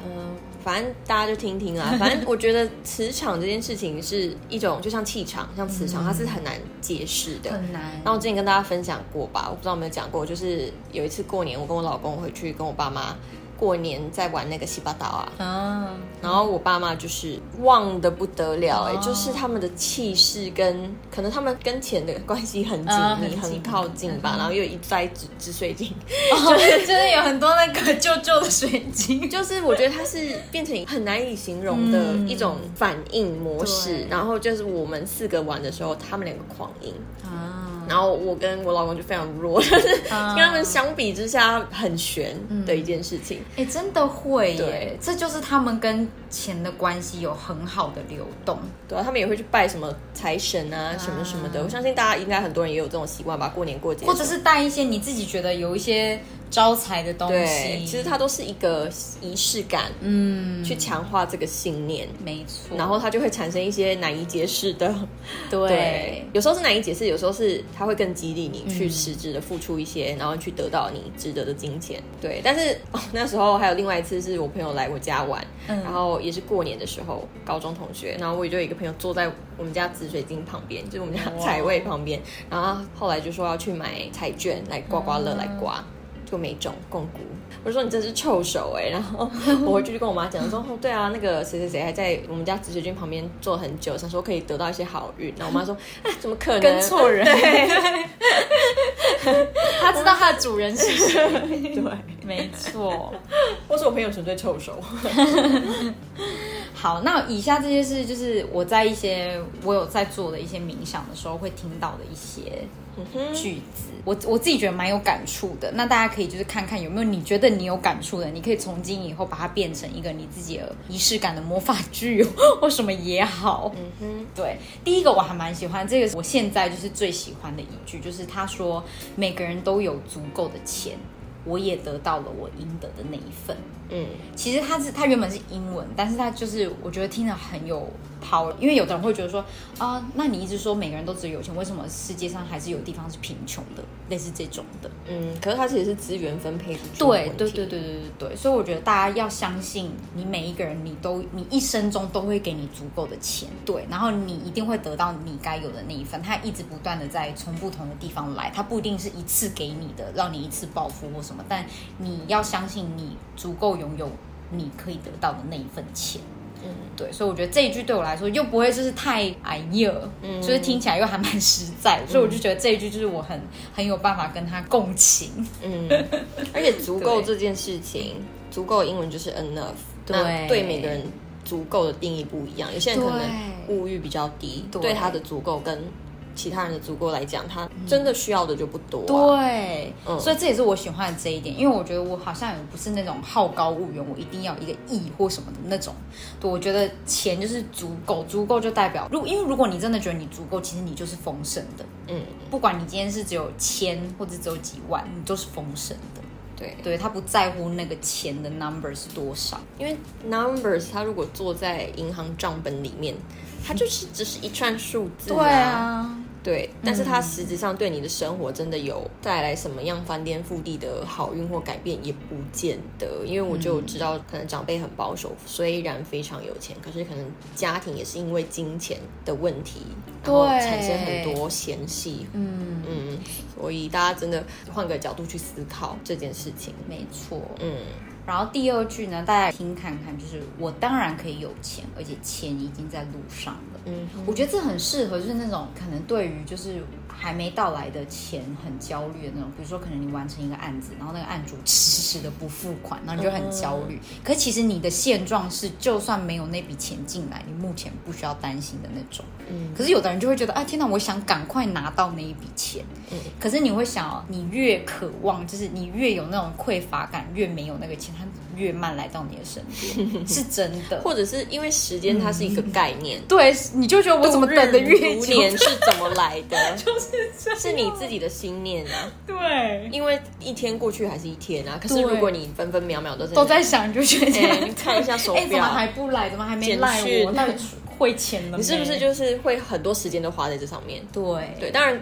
[SPEAKER 3] 嗯，反正大家就听听
[SPEAKER 2] [LAUGHS]
[SPEAKER 3] 啦。反正我觉得磁场这件事情是一种，就像气场，像磁场，它是很难解释的，
[SPEAKER 2] 很难，
[SPEAKER 3] 那我之前跟大家分享过吧，我不知道有没有讲过，就是有一次过年，我跟我老公回去跟我爸妈过年在玩那个西巴岛啊，
[SPEAKER 2] 嗯，
[SPEAKER 3] 然后我爸妈就是旺的不得了、哎、
[SPEAKER 2] 哦
[SPEAKER 3] 就是他们的气势跟可能他们跟钱的关系很紧
[SPEAKER 2] 啊
[SPEAKER 3] 密、
[SPEAKER 2] 很
[SPEAKER 3] 很
[SPEAKER 2] 紧嗯
[SPEAKER 3] 靠近吧，然后又有一栽紫紫水晶，
[SPEAKER 2] [LAUGHS]
[SPEAKER 3] [LAUGHS]
[SPEAKER 2] 就是真的有很多那个旧旧的水晶，
[SPEAKER 3] 就是我觉得它是变成很难以形容的
[SPEAKER 2] 嗯
[SPEAKER 3] 一种反应模式。
[SPEAKER 2] 对
[SPEAKER 3] 然后就是我们四个玩的时候，他们两个狂赢，
[SPEAKER 2] [LAUGHS] 啊，
[SPEAKER 3] 然后我跟我老公就非常弱， [LAUGHS] 就是跟他们相比之下很悬的一件事情。
[SPEAKER 2] 哎、真的会耶
[SPEAKER 3] 对！
[SPEAKER 2] 这就是他们跟钱的关系有很好的流动。
[SPEAKER 3] 对啊，他们也会去拜什么财神啊，什么什么的。我相信大家应该很多人也有这种习惯吧，过年过节的
[SPEAKER 2] 或
[SPEAKER 3] 时
[SPEAKER 2] 者
[SPEAKER 3] 候
[SPEAKER 2] 是带一些你自己觉得有一些招财的东
[SPEAKER 3] 对，
[SPEAKER 2] 西。
[SPEAKER 3] 其实它都是一个仪式感，
[SPEAKER 2] 嗯，
[SPEAKER 3] 去强化这个信念。
[SPEAKER 2] 没错。
[SPEAKER 3] 然后它就会产生一些难以解释的， [LAUGHS]
[SPEAKER 2] 对，
[SPEAKER 3] 有时候是难以解释，有时候是它会更激励你去实质的付出一
[SPEAKER 2] 嗯
[SPEAKER 3] 些，然后去得到你值得的金钱。对，但是、哦、 [LAUGHS] 那时候还有另外一次是我朋友来我家玩，
[SPEAKER 2] 嗯
[SPEAKER 3] 然后也是过年的时候，高中同学，然后我也就有一个朋友坐在我们家紫水晶旁边，就是我们家
[SPEAKER 2] 哇
[SPEAKER 3] 财位旁边，然后他后来就说要去买彩券来刮刮乐来刮。就没中共估。我就说你真是臭手哎、然 [LAUGHS] 后我回去就跟我妈讲说，哦对啊，那个谁谁谁还在我们家紫水军旁边坐很久，想说可以得到一些好运。然后我妈说，啊怎么可能？
[SPEAKER 2] [LAUGHS] 跟错人， [LAUGHS] 他知道他的主人是 [LAUGHS] 谁，
[SPEAKER 3] 对，
[SPEAKER 2] 没错。
[SPEAKER 3] 或是我朋友纯粹臭手。
[SPEAKER 2] 好，那以下这些是就是我在一些我有在做的一些冥想的时候会听到的一些
[SPEAKER 3] 嗯哼
[SPEAKER 2] 句子，我我自己觉得蛮有感触的。那大家可以就是看看有没有你觉得你有感触的，你可以从今以后把它变成一个你自己的仪式感的魔法句 [LAUGHS] 或什么也好。
[SPEAKER 3] 嗯哼，
[SPEAKER 2] 对，第一个我还蛮喜欢，这个是我现在就是最喜欢的一句，就是他说每个人都有足够的钱，我也得到了我应得的那一份。
[SPEAKER 3] 嗯
[SPEAKER 2] 其实它是它原本是英文，但是它就是我觉得听着很有 power，因为有的人会觉得说啊、那你一直说每个人都只有有钱，为什么世界上还是有地方是贫穷的？类似这种的。
[SPEAKER 3] 嗯，可是它其实是资源分配不均的
[SPEAKER 2] 对
[SPEAKER 3] 问
[SPEAKER 2] 对
[SPEAKER 3] 题
[SPEAKER 2] 对对对对对，所以我觉得大家要相信，你每一个人，你都你一生中都会给你足够的钱，对，然后你一定会得到你该有的那一份。他一直不断的在从不同的地方来，他不一定是一次给你的，让你一次暴富或什么，但你要相信你足够拥有你可以得到的那一份钱。
[SPEAKER 3] 嗯
[SPEAKER 2] 对，所以我觉得这一句对我来说又不会就是太哎呀，
[SPEAKER 3] 嗯
[SPEAKER 2] 就是听起来又还蛮实在的，所以我就觉得这一句就是我很很有办法跟他共情。
[SPEAKER 3] 嗯，而且足够
[SPEAKER 2] 对
[SPEAKER 3] 这件事情，足够英文就是 enough，
[SPEAKER 2] 对
[SPEAKER 3] 那对每个人足够的定义不一样，有些人可能物欲比较低，
[SPEAKER 2] 对
[SPEAKER 3] 对他的足够跟其他人的足够来讲，他真的需要的就不嗯多、啊。
[SPEAKER 2] 对，
[SPEAKER 3] 嗯
[SPEAKER 2] 所以这也是我喜欢的这一点，因为我觉得我好像也不是那种好高骛远，我一定要一个亿或什么的那种。对，我觉得钱就是足够，足够就代表，如因为如果你真的觉得你足够，其实你就是丰盛的，
[SPEAKER 3] 对，嗯，
[SPEAKER 2] 不管你今天是只有千或者只有几万，你都是丰盛的。
[SPEAKER 3] 对，
[SPEAKER 2] 对他不在乎那个钱的 number 是多少，
[SPEAKER 3] 因为 numbers 它如果坐在银行账本里面，它就是只是一串数字、
[SPEAKER 2] 对啊，
[SPEAKER 3] 对，但是它实质上对你的生活真的有带来什么样翻天覆地的好运或改变，也不见得。因为我就知道，可能长辈很保守，虽然非常有钱，可是可能家庭也是因为金钱的问题，然后
[SPEAKER 2] 对
[SPEAKER 3] 产生很多嫌隙。
[SPEAKER 2] 嗯，
[SPEAKER 3] 嗯，所以大家真的换个角度去思考这件事情。
[SPEAKER 2] 没错。
[SPEAKER 3] 嗯
[SPEAKER 2] 然后第二句呢，大家听看看，就是我当然可以有钱，而且钱已经在路上了。
[SPEAKER 3] 嗯
[SPEAKER 2] 我觉得这很适合，就是那种可能对于就是还没到来的钱很焦虑的那种，比如说可能你完成一个案子，然后那个案主迟迟的不付款，然后你就很焦虑。
[SPEAKER 3] 嗯
[SPEAKER 2] 可其实你的现状是，就算没有那笔钱进来，你目前不需要担心的那种。
[SPEAKER 3] 嗯
[SPEAKER 2] 可是有的人就会觉得，哎，天哪，我想赶快拿到那一笔钱。
[SPEAKER 3] 嗯
[SPEAKER 2] 可是你会想哦，你越渴望，就是你越有那种匮乏感，越没有那个钱，它越慢来到你的身
[SPEAKER 3] [LAUGHS]
[SPEAKER 2] 边，是真的。
[SPEAKER 3] 或者是因为时间它是一个概念，
[SPEAKER 2] 对，你就觉得我怎么等的越
[SPEAKER 3] 度日
[SPEAKER 2] 久
[SPEAKER 3] 如年是怎么来
[SPEAKER 2] [LAUGHS]
[SPEAKER 3] 的？就是是你自己的心念啊。
[SPEAKER 2] 对，
[SPEAKER 3] 因为一天过去还是一天啊。可是
[SPEAKER 2] 对
[SPEAKER 3] 如果你分分秒秒都在
[SPEAKER 2] 都在想，你就觉得
[SPEAKER 3] 哎、你看一下手
[SPEAKER 2] [LAUGHS] 哎、怎
[SPEAKER 3] 表，
[SPEAKER 2] 么还不来？怎么还没赖我？
[SPEAKER 3] 简讯
[SPEAKER 2] 到底汇钱了没？
[SPEAKER 3] [LAUGHS] 你是不是就是会很多时间都花在这上面？
[SPEAKER 2] 对
[SPEAKER 3] 对，当然，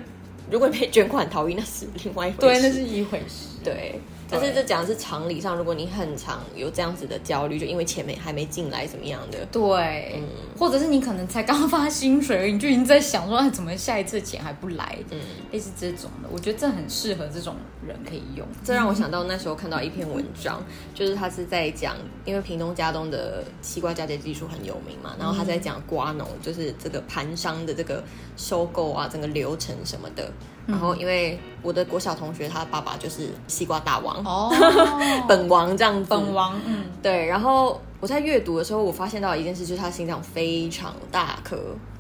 [SPEAKER 3] 如果你被 [LAUGHS] 卷款逃逸，那是另外一回事。
[SPEAKER 2] 对，那是一回事。
[SPEAKER 3] 对。但是这讲的是常理上，如果你很常有这样子的焦虑，就因为钱没还没进来怎么样的，
[SPEAKER 2] 对，嗯或者是你可能才刚发薪水而已，你就已经在想说，哎，怎么下一次钱还不来？
[SPEAKER 3] 嗯，
[SPEAKER 2] 类似这种的，我觉得这很适合这种人可以用。
[SPEAKER 3] 这让我想到那时候看到一篇文章，就是他是在讲，因为屏东加东的西瓜嫁接技术很有名嘛，然后他在
[SPEAKER 2] 嗯
[SPEAKER 3] 讲瓜农，就是这个盘商的这个收购啊，整个流程什么的。
[SPEAKER 2] 嗯
[SPEAKER 3] 然后因为我的国小同学他爸爸就是西瓜大王，
[SPEAKER 2] 哦，
[SPEAKER 3] [LAUGHS] 本王这样子，
[SPEAKER 2] 本王，嗯，
[SPEAKER 3] 对，然后我在阅读的时候，我发现到一件事，就是他心脏非常大颗，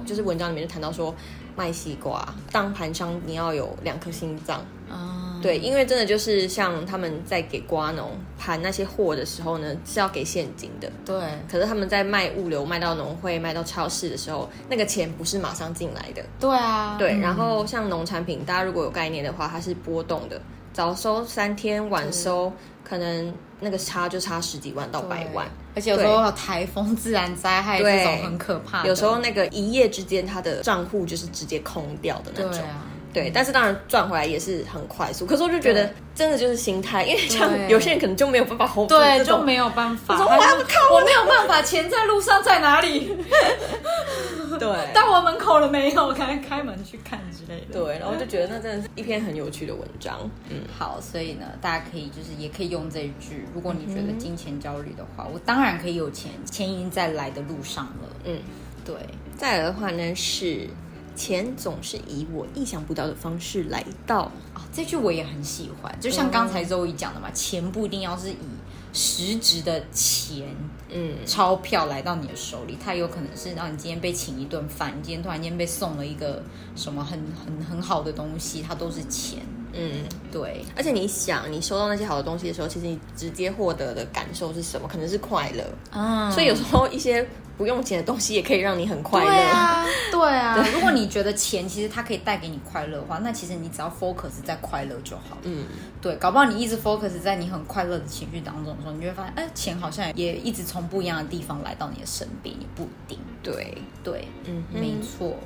[SPEAKER 3] 就是文章里面就谈到说，卖西瓜当盘商你要有两颗心脏。
[SPEAKER 2] 啊，
[SPEAKER 3] 对，因为真的就是像他们在给瓜农盘那些货的时候呢，是要给现金的。
[SPEAKER 2] 对，啊
[SPEAKER 3] 可是他们在卖物流、卖到农会、卖到超市的时候，那个钱不是马上进来的。
[SPEAKER 2] 对啊，
[SPEAKER 3] 对，
[SPEAKER 2] 嗯
[SPEAKER 3] 然后像农产品，大家如果有概念的话，它是波动的，早收三天，晚收可能那个差就差十几万到百万。，
[SPEAKER 2] 对而且有时候有台风、自然灾害
[SPEAKER 3] 对
[SPEAKER 2] 这种很可怕的，
[SPEAKER 3] 有时候那个一夜之间，他的账户就是直接空掉的那
[SPEAKER 2] 对
[SPEAKER 3] 种。
[SPEAKER 2] 啊，
[SPEAKER 3] 对，但是当然赚回来也是很快速。可是我就觉得
[SPEAKER 2] 对，
[SPEAKER 3] 真的就是心态，因为像
[SPEAKER 2] 对
[SPEAKER 3] 有些人可能就没有办法 hold 住
[SPEAKER 2] 对，
[SPEAKER 3] 这
[SPEAKER 2] 就
[SPEAKER 3] 种
[SPEAKER 2] 没有办法。
[SPEAKER 3] 我说
[SPEAKER 2] 他
[SPEAKER 3] 哇
[SPEAKER 2] 就我没有办法，钱在路上在哪里？
[SPEAKER 3] 对
[SPEAKER 2] 到我门口了没有？开开门去看之类的。
[SPEAKER 3] 对，然后就觉得那真的是一篇很有趣的文章。嗯，
[SPEAKER 2] 好，所以呢，大家可以就是也可以用这一句，如果你觉得金钱焦虑的话，我当然可以有钱，钱已经在来的路上了。
[SPEAKER 3] 嗯，
[SPEAKER 2] 对，
[SPEAKER 3] 再来的话呢是，钱总是以我意想不到的方式来到。
[SPEAKER 2] 啊，这句我也很喜欢，就像刚才周怡讲的嘛，钱不一定要是以实质的钱
[SPEAKER 3] 嗯，
[SPEAKER 2] 钞票来到你的手里，它有可能是让你今天被请一顿饭，你今天突然间被送了一个什么很很很好的东西，它都是钱。
[SPEAKER 3] 嗯，
[SPEAKER 2] 对，
[SPEAKER 3] 而且你想，你收到那些好的东西的时候，其实你直接获得的感受是什么？可能是快乐。
[SPEAKER 2] 嗯，
[SPEAKER 3] 所以有时候一些不用钱的东西也可以让你很快
[SPEAKER 2] 对
[SPEAKER 3] 乐。
[SPEAKER 2] 啊， [LAUGHS] 对啊。如果你觉得钱其实它可以带给你快乐的话，那其实你只要 focus 在快乐就好。
[SPEAKER 3] 嗯，
[SPEAKER 2] 对，搞不好你一直 focus 在你很快乐的情绪当中的时候，你就会发现，哎、钱好像也一直从不一样的地方来到你的身边，也不一定。
[SPEAKER 3] 对，
[SPEAKER 2] 对，
[SPEAKER 3] 嗯哼
[SPEAKER 2] 没错。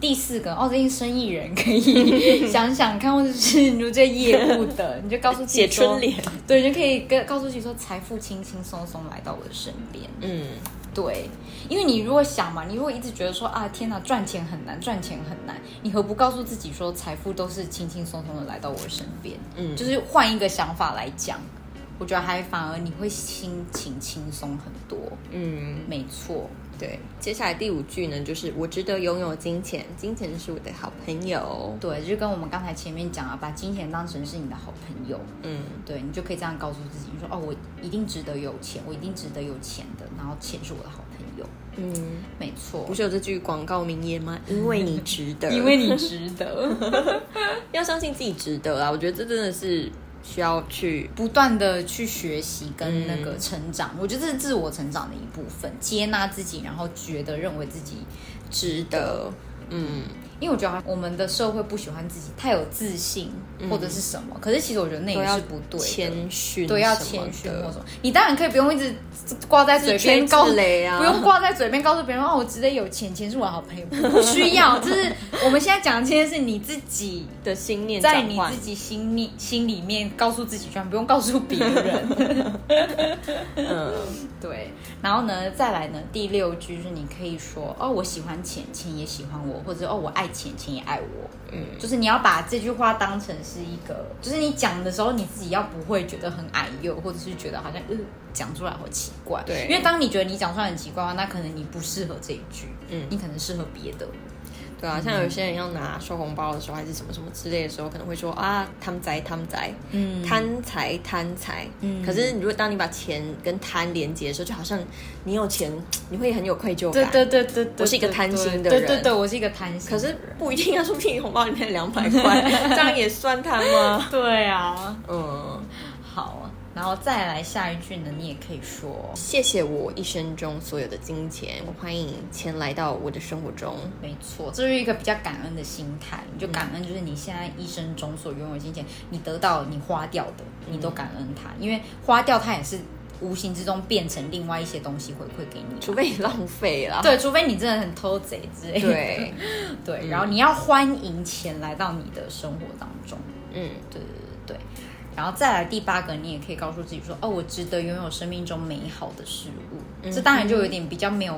[SPEAKER 2] 第四个，哦，这些生意人可以想想看，或者是你如这业务的，你就告诉自己
[SPEAKER 3] [LAUGHS] 写
[SPEAKER 2] 说
[SPEAKER 3] 春联，
[SPEAKER 2] 对，你就可以跟告诉自己说，财富轻轻松松来到我的身边。
[SPEAKER 3] 嗯，
[SPEAKER 2] 对，因为你如果想嘛，你如果一直觉得说啊，天哪，赚钱很难，赚钱很难，你何不告诉自己说，财富都是轻轻松松的来到我的身边？
[SPEAKER 3] 嗯
[SPEAKER 2] 就是换一个想法来讲，我觉得还反而你会心情轻松很多。
[SPEAKER 3] 嗯，
[SPEAKER 2] 没错，
[SPEAKER 3] 对。接下来第五句呢，就是我值得拥有金钱，金钱是我的好朋友。
[SPEAKER 2] 对，就跟我们刚才前面讲啊，把金钱当成是你的好朋友，
[SPEAKER 3] 嗯，
[SPEAKER 2] 对你就可以这样告诉自己，你说哦，我一定值得有钱，我一定值得有钱的，然后钱是我的好朋友。
[SPEAKER 3] 嗯，
[SPEAKER 2] 没错
[SPEAKER 3] 不，是有这句广告名言吗？因为你值
[SPEAKER 2] [LAUGHS]
[SPEAKER 3] 得，
[SPEAKER 2] 因为你值得。
[SPEAKER 3] [LAUGHS] 要相信自己值得啊！我觉得这真的是需要去，
[SPEAKER 2] 不断的去学习跟那
[SPEAKER 3] 嗯
[SPEAKER 2] 个成长，我觉得这是自我成长的一部分，接纳自己，然后觉得认为自己，
[SPEAKER 3] 值得，嗯，
[SPEAKER 2] 因为我觉得我们的社会不喜欢自己太有自信或者是什么，可是其实我觉得那也哎是不对的。
[SPEAKER 3] 嗯谦逊，
[SPEAKER 2] 对，要谦逊或
[SPEAKER 3] 的
[SPEAKER 2] 什么。你当然可以不用一直挂在嘴边告
[SPEAKER 3] 自吹自擂啊
[SPEAKER 2] 不用挂在嘴边告诉别人哦，我值得有钱，钱是我的好朋友，不需
[SPEAKER 3] [LAUGHS]
[SPEAKER 2] 要。就是我们现在讲的这件事，你自己
[SPEAKER 3] 的心念
[SPEAKER 2] 在
[SPEAKER 3] 转
[SPEAKER 2] 你
[SPEAKER 3] 换
[SPEAKER 2] 自己心里心里面告诉自己就好，不用告诉别人。 [LAUGHS]
[SPEAKER 3] 嗯，
[SPEAKER 2] 对，然后呢，再来呢，第六句就是你可以说哦，我喜欢钱，钱也喜欢我，或者哦，我爱钱，钱也爱我。
[SPEAKER 3] 嗯，
[SPEAKER 2] 就是你要把这句话当成是一个，就是你讲的时候，你自己要不会觉得很矮幼，或者是觉得好像嗯讲出来好奇怪。
[SPEAKER 3] 对
[SPEAKER 2] 因为当你觉得你讲出来很奇怪的话，那可能你不适合这一句，
[SPEAKER 3] 嗯
[SPEAKER 2] 你可能适合别的。
[SPEAKER 3] 对啊，像有些人要拿收红包的时候，还是什么什么之类的时候，可能会说啊，贪财贪财，
[SPEAKER 2] 嗯
[SPEAKER 3] 贪财贪财。
[SPEAKER 2] 嗯
[SPEAKER 3] 可是如果当你把钱跟贪连接的时候，就好像你有钱，你会很有愧疚
[SPEAKER 2] 对
[SPEAKER 3] 感。
[SPEAKER 2] 对对对对，
[SPEAKER 3] 我是一个贪心的
[SPEAKER 2] 对
[SPEAKER 3] 人
[SPEAKER 2] 对对对，我是一个贪心
[SPEAKER 3] 可
[SPEAKER 2] 的
[SPEAKER 3] 是
[SPEAKER 2] 人。 [LAUGHS]
[SPEAKER 3] 不一定要说不定红包里面两百块，这样也算贪
[SPEAKER 2] [LAUGHS]
[SPEAKER 3] 吗？
[SPEAKER 2] 对啊，
[SPEAKER 3] 嗯，
[SPEAKER 2] 好，然后再来下一句呢，你也可以说。
[SPEAKER 3] 谢谢我一生中所有的金钱，我欢迎钱来到我的生活中。
[SPEAKER 2] 没错，这是一个比较感恩的心态。你就感恩，就是你现在一生中所拥有的金钱，你得到、你花掉的，你都感恩它，因为花掉它也是无形之中变成另外一些东西回馈给你。
[SPEAKER 3] 除非你浪费了，
[SPEAKER 2] 对，除非你真的很偷贼之类的。
[SPEAKER 3] 对，
[SPEAKER 2] 对
[SPEAKER 3] 嗯
[SPEAKER 2] 然后你要欢迎钱来到你的生活当中。
[SPEAKER 3] 嗯，
[SPEAKER 2] 对对对对。然后再来第八个，你也可以告诉自己说：“哦，我值得拥有生命中美好的事物。
[SPEAKER 3] 嗯
[SPEAKER 2] 这当然就有点比较没有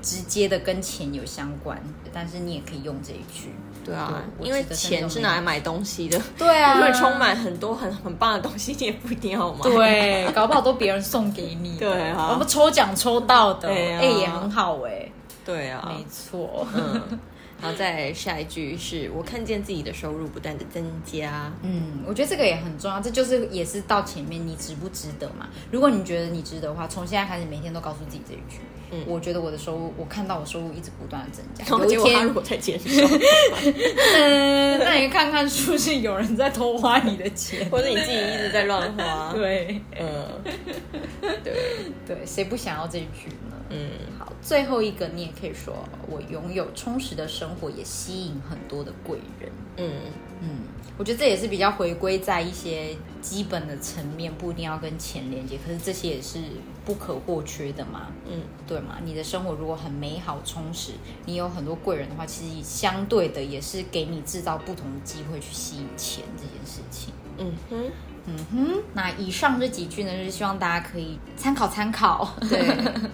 [SPEAKER 2] 直接的跟钱有相关，但是你也可以用这一句。
[SPEAKER 3] 对啊，
[SPEAKER 2] 我
[SPEAKER 3] 因为
[SPEAKER 2] 记得是那
[SPEAKER 3] 钱
[SPEAKER 2] 种
[SPEAKER 3] 是拿来买东西的。
[SPEAKER 2] 对啊，
[SPEAKER 3] 因为充满很多很很棒的东西，你也不一定要买。，
[SPEAKER 2] 对，搞不好都别人送给你的，
[SPEAKER 3] [LAUGHS] 对啊
[SPEAKER 2] 我们抽奖抽到的，
[SPEAKER 3] 对
[SPEAKER 2] 哎、
[SPEAKER 3] 啊
[SPEAKER 2] 也很好哎、
[SPEAKER 3] 对啊，
[SPEAKER 2] 没错，
[SPEAKER 3] 嗯。然后再下一句是我看见自己的收入不断的增加，
[SPEAKER 2] 嗯，我觉得这个也很重要，这就是也是到前面你值不值得嘛。如果你觉得你值得的话，从现在开始每天都告诉自己这一句。
[SPEAKER 3] 嗯
[SPEAKER 2] 我觉得我的收入，我看到我收入一直不断的增加
[SPEAKER 3] 然。
[SPEAKER 2] [LAUGHS]
[SPEAKER 3] 后
[SPEAKER 2] [LAUGHS] 有一
[SPEAKER 3] 结果他
[SPEAKER 2] 天
[SPEAKER 3] 如，果在
[SPEAKER 2] [LAUGHS]
[SPEAKER 3] 减少，
[SPEAKER 2] 嗯，那你看看是不是有人在偷花你的钱？
[SPEAKER 3] 或者你自己一直在乱花，
[SPEAKER 2] 对
[SPEAKER 3] 嗯，对，
[SPEAKER 2] 对，谁不想要这一句呢？
[SPEAKER 3] 嗯，
[SPEAKER 2] 好，最后一个你也可以说，我拥有充实的生活，也吸引很多的贵人。
[SPEAKER 3] 嗯，
[SPEAKER 2] 嗯，我觉得这也是比较回归在一些基本的层面，不一定要跟钱连接，可是这些也是不可或缺的嘛，
[SPEAKER 3] 嗯，
[SPEAKER 2] 对吗？你的生活如果很美好充实，你有很多贵人的话，其实相对的也是给你制造不同的机会去吸引钱这件事情。
[SPEAKER 3] 嗯哼，
[SPEAKER 2] 嗯哼，那以上这几句呢，就是希望大家可以参考参考。
[SPEAKER 3] [LAUGHS]
[SPEAKER 2] [LAUGHS]
[SPEAKER 3] 对，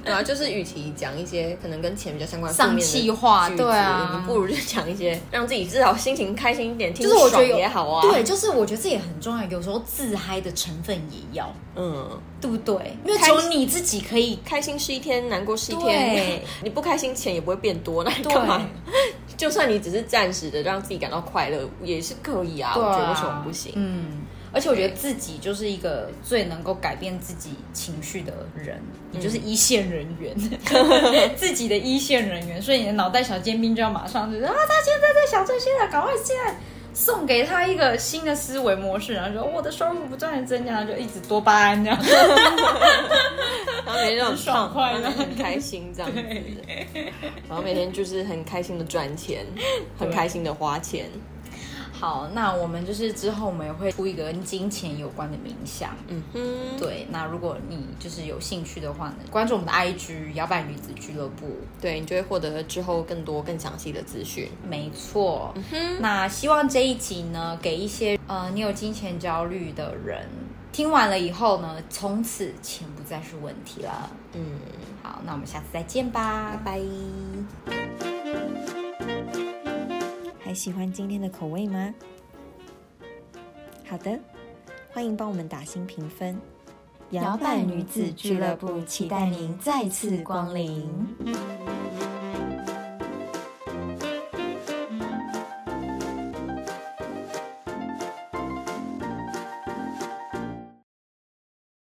[SPEAKER 3] 对啊，就是与其讲一些可能跟钱比较相关的
[SPEAKER 2] 丧
[SPEAKER 3] 负面的
[SPEAKER 2] 气话
[SPEAKER 3] 句子
[SPEAKER 2] 对啊
[SPEAKER 3] 你不如就讲一些让自己至少心情开心一点，听
[SPEAKER 2] 就是我觉
[SPEAKER 3] 爽
[SPEAKER 2] 得有
[SPEAKER 3] 也好啊。
[SPEAKER 2] 对，，就是我觉得这也很重要，有时候自嗨的成分也要，
[SPEAKER 3] 嗯，
[SPEAKER 2] 对不对？因为
[SPEAKER 3] 开
[SPEAKER 2] 只有你自己可以。
[SPEAKER 3] 开心是一天，难过是一天
[SPEAKER 2] 对，
[SPEAKER 3] [LAUGHS] 你不开心钱也不会变多，那你
[SPEAKER 2] 对
[SPEAKER 3] 干嘛？ [LAUGHS] 就算你只是暂时的让自己感到快乐，也是可以啊。
[SPEAKER 2] 对啊
[SPEAKER 3] 我觉得为什么不行？
[SPEAKER 2] 嗯，而且我觉得自己就是一个最能够改变自己情绪的人，你就是一线人 [LAUGHS] 员，自己的一线人员，所以你的脑袋小尖兵就要马上就是啊，他现在在想这些了，赶快现在。送给他一个新的思维模式，然后说哦我的收入不断的增加，就一直多巴胺这 [LAUGHS] 样。
[SPEAKER 3] 然后每天都很
[SPEAKER 2] 爽
[SPEAKER 3] 胖，
[SPEAKER 2] 快
[SPEAKER 3] 然
[SPEAKER 2] 的
[SPEAKER 3] 后每天很开心这样子，然后每天就是很开心的赚钱，很开心的花钱。
[SPEAKER 2] 好，那我们就是之后我们也会出一个跟金钱有关的冥想。
[SPEAKER 3] 嗯哼，
[SPEAKER 2] 对，那如果你就是有兴趣的话呢，关注我们的 IG 摇摆女子俱乐部。
[SPEAKER 3] 对你就会获得之后更多更详细的资讯。
[SPEAKER 2] 没错，
[SPEAKER 3] 嗯
[SPEAKER 2] 那希望这一集呢，给一些呃你有金钱焦虑的人听完了以后呢，从此钱不再是问题了。
[SPEAKER 3] 嗯，
[SPEAKER 2] 好，那我们下次再见吧，
[SPEAKER 3] 拜。
[SPEAKER 1] 还喜欢今天的口味吗？好的，欢迎帮我们打新评分。摇摆女子俱乐部期待您再次光临。